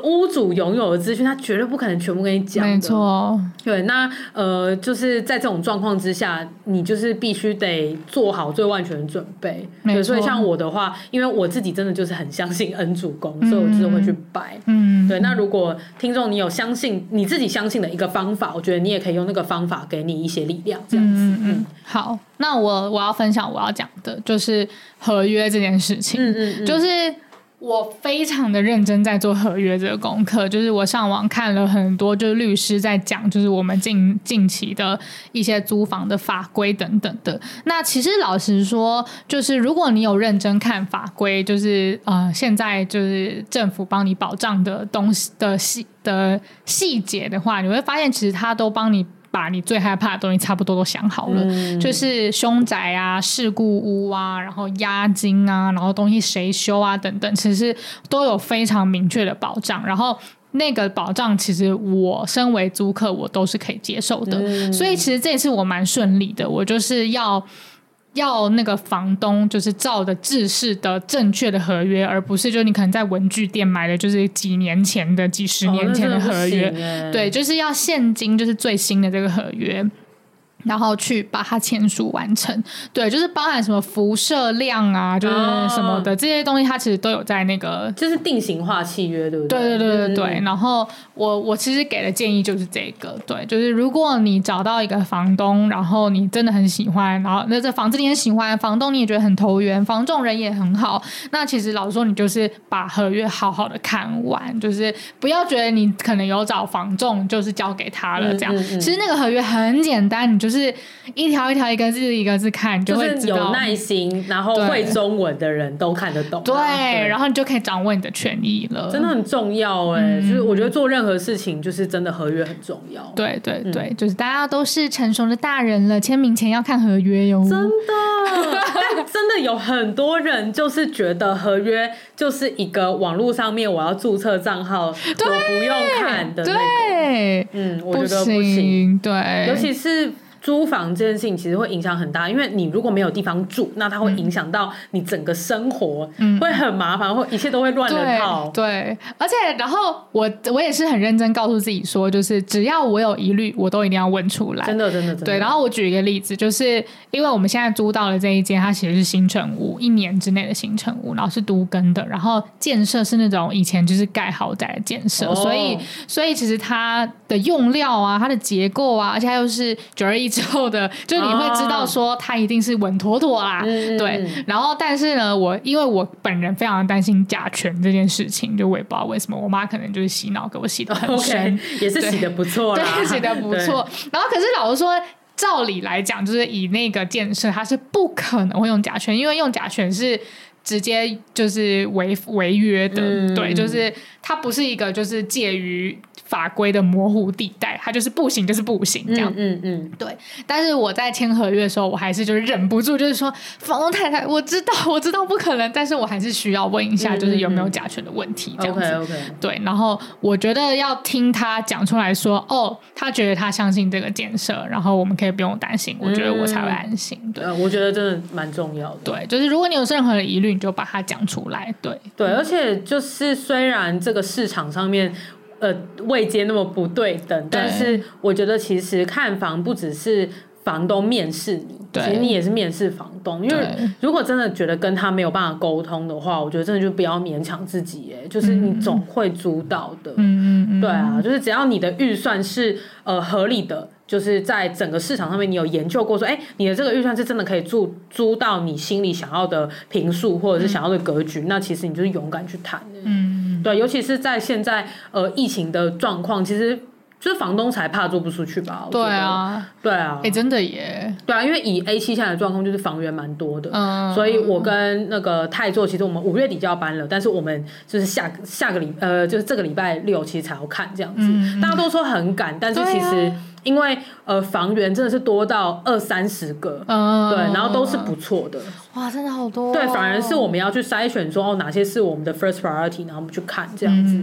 Speaker 2: 屋主拥有的资讯，他绝对不可能全部跟你讲的。
Speaker 1: 没错，
Speaker 2: 对，那呃，就是在这种状况之下，你就是必须得做好最万全的准备。
Speaker 1: 没
Speaker 2: 对，所以
Speaker 1: 错
Speaker 2: 像我的话，因为我自己真的就是很相信恩主公，所以我就是会去拜。
Speaker 1: 嗯，
Speaker 2: 对，那如果听众你有相信你自己相信的一个方法，我觉得你也可以用那个方法给你一些力量，这样子。
Speaker 1: 嗯嗯，好，那我我要分享我要讲的就是合约这件事情。
Speaker 2: 嗯嗯嗯，
Speaker 1: 就是我非常的认真在做合约这个功课，就是我上网看了很多，就是律师在讲，就是我们近近期的一些租房的法规等等的。那其实老实说，就是如果你有认真看法规，就是呃，现在就是政府帮你保障的东西的细的细节的话，你会发现其实他都帮你。把你最害怕的东西差不多都想好
Speaker 2: 嗯
Speaker 1: 了，就是凶宅啊、事故屋啊，然后押金啊，然后东西谁修啊等等，其实都有非常明确的保障。然后那个保障，其实我身为租客，我都是可以接受
Speaker 2: 嗯
Speaker 1: 的。所以其实这次我蛮顺利的，我就是要。要那个房东就是照的制式的正确的合约，而不是就你可能在文具店买的就是几年前的、几十
Speaker 2: 哦
Speaker 1: 年
Speaker 2: 那
Speaker 1: 前
Speaker 2: 真
Speaker 1: 的
Speaker 2: 的不
Speaker 1: 合约，
Speaker 2: 行欸
Speaker 1: 对，就是要现金，就是最新的这个合约。然后去把它签署完成，对，就是包含什么辐射量啊，就是什么的、这些东西，它其实都有在那个
Speaker 2: 就是定型化契约，对不
Speaker 1: 对对
Speaker 2: 对
Speaker 1: 对对对。
Speaker 2: 嗯
Speaker 1: 然后我我其实给的建议就是这个，对，就是如果你找到一个房东，然后你真的很喜欢，然后那这房子你很喜欢，房东你也觉得很投缘，房仲人也很好，那其实老实说，你就是把合约好好的看完，就是不要觉得你可能有找房仲，就是交给他了这样。
Speaker 2: 嗯嗯嗯
Speaker 1: 其实那个合约很简单，你就是一条一条、一个字一个字看，你
Speaker 2: 就
Speaker 1: 会
Speaker 2: 是
Speaker 1: 知道。
Speaker 2: 有耐心，然后
Speaker 1: 嗯对
Speaker 2: 会中文的人都看得懂啊。
Speaker 1: 对，
Speaker 2: 对
Speaker 1: 然后你就可以掌握你的权益了。
Speaker 2: 真的很重要哎、就是我觉得做任何事情，就是真的合约很重要。
Speaker 1: 嗯对对
Speaker 2: 嗯
Speaker 1: 对，就是大家都是成熟的大人了，签名前要看合约哟。
Speaker 2: 真的，但真的有很多人就是觉得合约就是一个网络上面我要注册账号，我不用看的那个。
Speaker 1: 对，
Speaker 2: 嗯，我
Speaker 1: 不
Speaker 2: 觉得不行，
Speaker 1: 对，
Speaker 2: 尤其是。租房这件事情其实会影响很大，因为你如果没有地方住，那它会
Speaker 1: 嗯
Speaker 2: 影响到你整个生活，会很麻烦，会一切都会乱了套
Speaker 1: 对。对，而且然后我我也是很认真告诉自己说，就是只要我有疑虑，我都一定要问出来
Speaker 2: 真。的，真的，真的。
Speaker 1: 对，然后我举一个例子，就是因为我们现在租到的这一间，它其实是新城屋，一年之内的新城屋，然后是都更的，然后建设是那种以前就是盖豪宅的建设，
Speaker 2: 哦
Speaker 1: 所以所以其实它的用料啊，它的结构啊，而且它又是九二一之后的，就是你会知
Speaker 2: 哦
Speaker 1: 道说它一定是稳妥妥啦，
Speaker 2: 嗯
Speaker 1: 啊对。然后但是呢，我因为我本人非常担心甲醛这件事情，就我也不知道为什么，我妈可能就是洗脑给我洗的很深。
Speaker 2: OK，也是
Speaker 1: 对
Speaker 2: 洗的不错啦，
Speaker 1: 对，写的不错。然后可是老实说。照理来讲，就是以那个建设，它是不可能会用甲醛，因为用甲醛是直接就是违违约的，
Speaker 2: 嗯
Speaker 1: 对，就是它不是一个就是介于法规的模糊地带，它就是不行就是不行这
Speaker 2: 对。
Speaker 1: 样
Speaker 2: 嗯嗯嗯，
Speaker 1: 但是我在签合约的时候，我还是就是忍不住，就是说房东太太，我知道我知道不可能，但是我还是需要问一下，
Speaker 2: 嗯
Speaker 1: 就是有没有
Speaker 2: 嗯嗯
Speaker 1: 甲醛的问题这样子。
Speaker 2: OK OK，
Speaker 1: 对，然后我觉得要听他讲出来说，哦，他觉得他相信这个建设，然后我们可以不用担心，我觉得我才会安心。对
Speaker 2: 呃，我觉得真的蛮重要的。
Speaker 1: 对，就是如果你有任何的疑虑，你就把它讲出来。对，
Speaker 2: 对，而且就是虽然这个市场上面。呃，位阶那么不对等，但是我觉得其实看房不只是房东面试你，
Speaker 1: 对
Speaker 2: 其实你也是面试房东。因为
Speaker 1: 对
Speaker 2: 如果真的觉得跟他没有办法沟通的话，我觉得真的就不要勉强自己、耶，就是
Speaker 1: 嗯
Speaker 2: 你总会租到的。
Speaker 1: 嗯嗯嗯，
Speaker 2: 对啊，就是只要你的预算是呃合理的，就是在整个市场上面你有研究过说，哎、你的这个预算是真的可以租租到你心里想要的平数或者是想要的格局，那其实你就是勇敢去谈。
Speaker 1: 嗯，
Speaker 2: 对，尤其是在现在呃疫情的状况，其实。就是房东才怕租不出去吧？我觉
Speaker 1: 对
Speaker 2: 得，
Speaker 1: 啊，
Speaker 2: 对啊
Speaker 1: 哎、，真的耶，
Speaker 2: 对啊，因为以 A 七现在的状况，就是房源蛮多的，
Speaker 1: 嗯，
Speaker 2: 所以我跟那个泰座，其实我们五月底就要搬了，但是我们就是下下个礼呃，就是这个礼拜六其实才要看这样子。大家都说很赶，但是其
Speaker 1: 嗯对啊
Speaker 2: 实因为、呃房源真的是多到二三十个。
Speaker 1: 嗯，
Speaker 2: 对，然后都是不错的，
Speaker 1: 哇，真的好多哦、
Speaker 2: 对，反而是我们要去筛选说哦哪些是我们的 first priority，然后我们去看这样
Speaker 1: 嗯
Speaker 2: 子，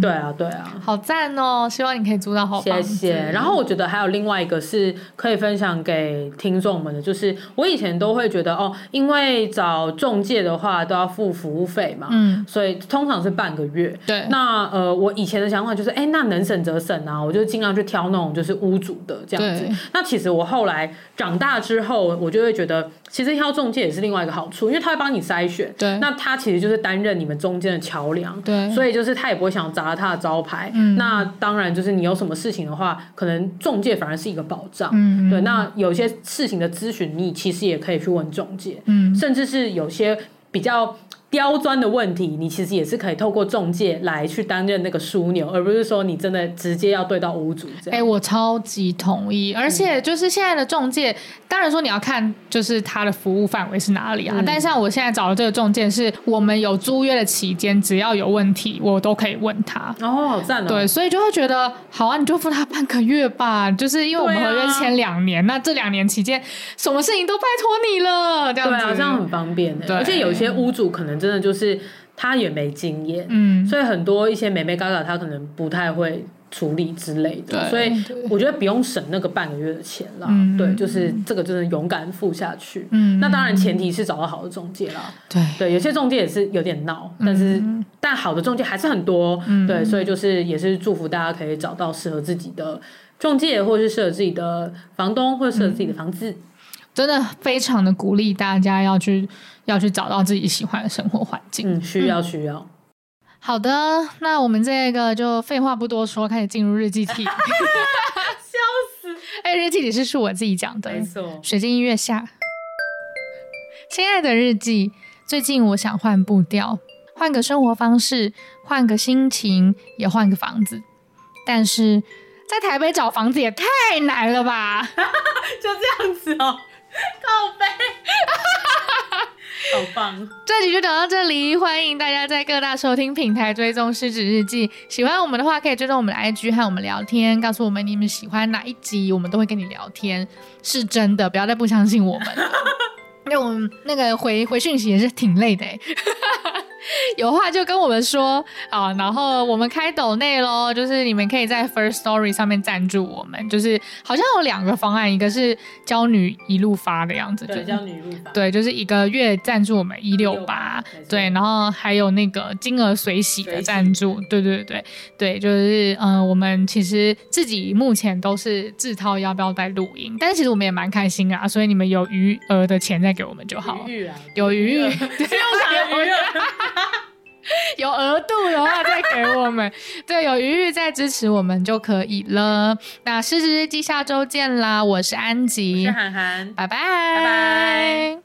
Speaker 2: 对啊，对啊，
Speaker 1: 好赞哦，希望你可以租到好房
Speaker 2: 谢
Speaker 1: 子
Speaker 2: 谢。然后我觉得还有另外一个是可以分享给听众们的，就是我以前都会觉得哦，因为找中介的话都要付服务费嘛，
Speaker 1: 嗯，
Speaker 2: 所以通常是半个月。
Speaker 1: 对
Speaker 2: 那呃，我以前的想法就是，哎，那能省则省啊，我就尽量去挑那种就是屋主的这样子
Speaker 1: 对。
Speaker 2: 那其实我后来长大之后，我就会觉得，其实挑中介也是另外一个好处，因为他会帮你筛选。
Speaker 1: 对
Speaker 2: 那他其实就是担任你们中间的桥梁。
Speaker 1: 对
Speaker 2: 所以就是他也不会想砸了他的招牌。
Speaker 1: 嗯
Speaker 2: 那当然就是你有什么事情的话，可能中介反而是一个保障。
Speaker 1: 嗯
Speaker 2: 对，那有些事情的咨询，你其实也可以去问中介，
Speaker 1: 嗯
Speaker 2: 甚至是有些比较。刁钻的问题，你其实也是可以透过中介来去担任那个枢纽，而不是说你真的直接要对到屋主这
Speaker 1: 哎、
Speaker 2: 样。
Speaker 1: 我超级同意，
Speaker 2: 嗯
Speaker 1: 而且就是现在的中介，当然说你要看就是它的服务范围是哪里啊。
Speaker 2: 嗯
Speaker 1: 但像我现在找的这个中介，是我们有租约的期间，只要有问题，我都可以问他。
Speaker 2: 哦，好赞哦！
Speaker 1: 哎对，所以就会觉得好啊，你就付他半个月吧，就是因为我们
Speaker 2: 对啊
Speaker 1: 合约签两年，那这两年期间什么事情都拜托你了，这样
Speaker 2: 对
Speaker 1: 子。
Speaker 2: 啊，这样很方便的。
Speaker 1: 对
Speaker 2: 而且有些屋主可能真的就是他也没经验，
Speaker 1: 嗯，
Speaker 2: 所以很多一些美眉嘎嘎，她可能不太会处理之类的，
Speaker 1: 对
Speaker 2: 所以我觉得不用省那个半个月的钱啦。
Speaker 1: 嗯
Speaker 2: 对，就是这个，就是勇敢付下去。
Speaker 1: 嗯
Speaker 2: 那当然前提是找到好的中介啦。
Speaker 1: 对嗯
Speaker 2: 对，有些中介也是有点闹，但是、但好的中介还是很多。对，所以就是也是祝福大家可以找到适合自己的。中介，或是适合自己的房东，或者适合自己的房子，
Speaker 1: 真的非常的鼓励大家要去要去找到自己喜欢的生活环境。
Speaker 2: 嗯，需要需要。
Speaker 1: 好的，那我们这个就废话不多说，开始进入日记题。笑死！哎，日记题是是我自己讲的，
Speaker 2: 错，
Speaker 1: 水晶音乐下。亲爱的日记，最近我想换步调，换个生活方式，换个心情，也换个房子。但是在台北找房子也太难了吧！
Speaker 2: 就这样子哦，靠背， 好棒。
Speaker 1: 这集就讲到这里，欢迎大家在各大收听平台追踪《失职日记》。喜欢我们的话，可以追踪我们的 IG 和我们聊天，告诉我们你们喜欢哪一集，我们都会跟你聊天，是真的，不要再不 相信我们了。因为我们那个回回讯息也是挺累的、欸， 有话就跟我们说啊，然后我们开抖内喽，就是你们可以在 First Story 上面赞助我们，就是好像有两个方案，一个是娇女一路发的样子，就
Speaker 2: 对，叫女入法。
Speaker 1: 对，就是一个月赞助我们一六八
Speaker 2: 168，
Speaker 1: 对，
Speaker 2: 没错
Speaker 1: 然后还有那个金额随喜的赞助，对对对对，就是呃，我们其实自己目前都是自掏腰包在录音，但是其实我们也蛮开心啊，所以你们有余额的钱再给我们就好了，
Speaker 2: 余 裕啊，
Speaker 1: 有余裕，哎
Speaker 2: 有余裕，
Speaker 1: 有额度的话再给我们， 对，有余裕再支持我们就可以了。那狮子日记下周见啦，我是安吉，
Speaker 2: 是涵涵。
Speaker 1: 拜拜，拜
Speaker 2: 拜。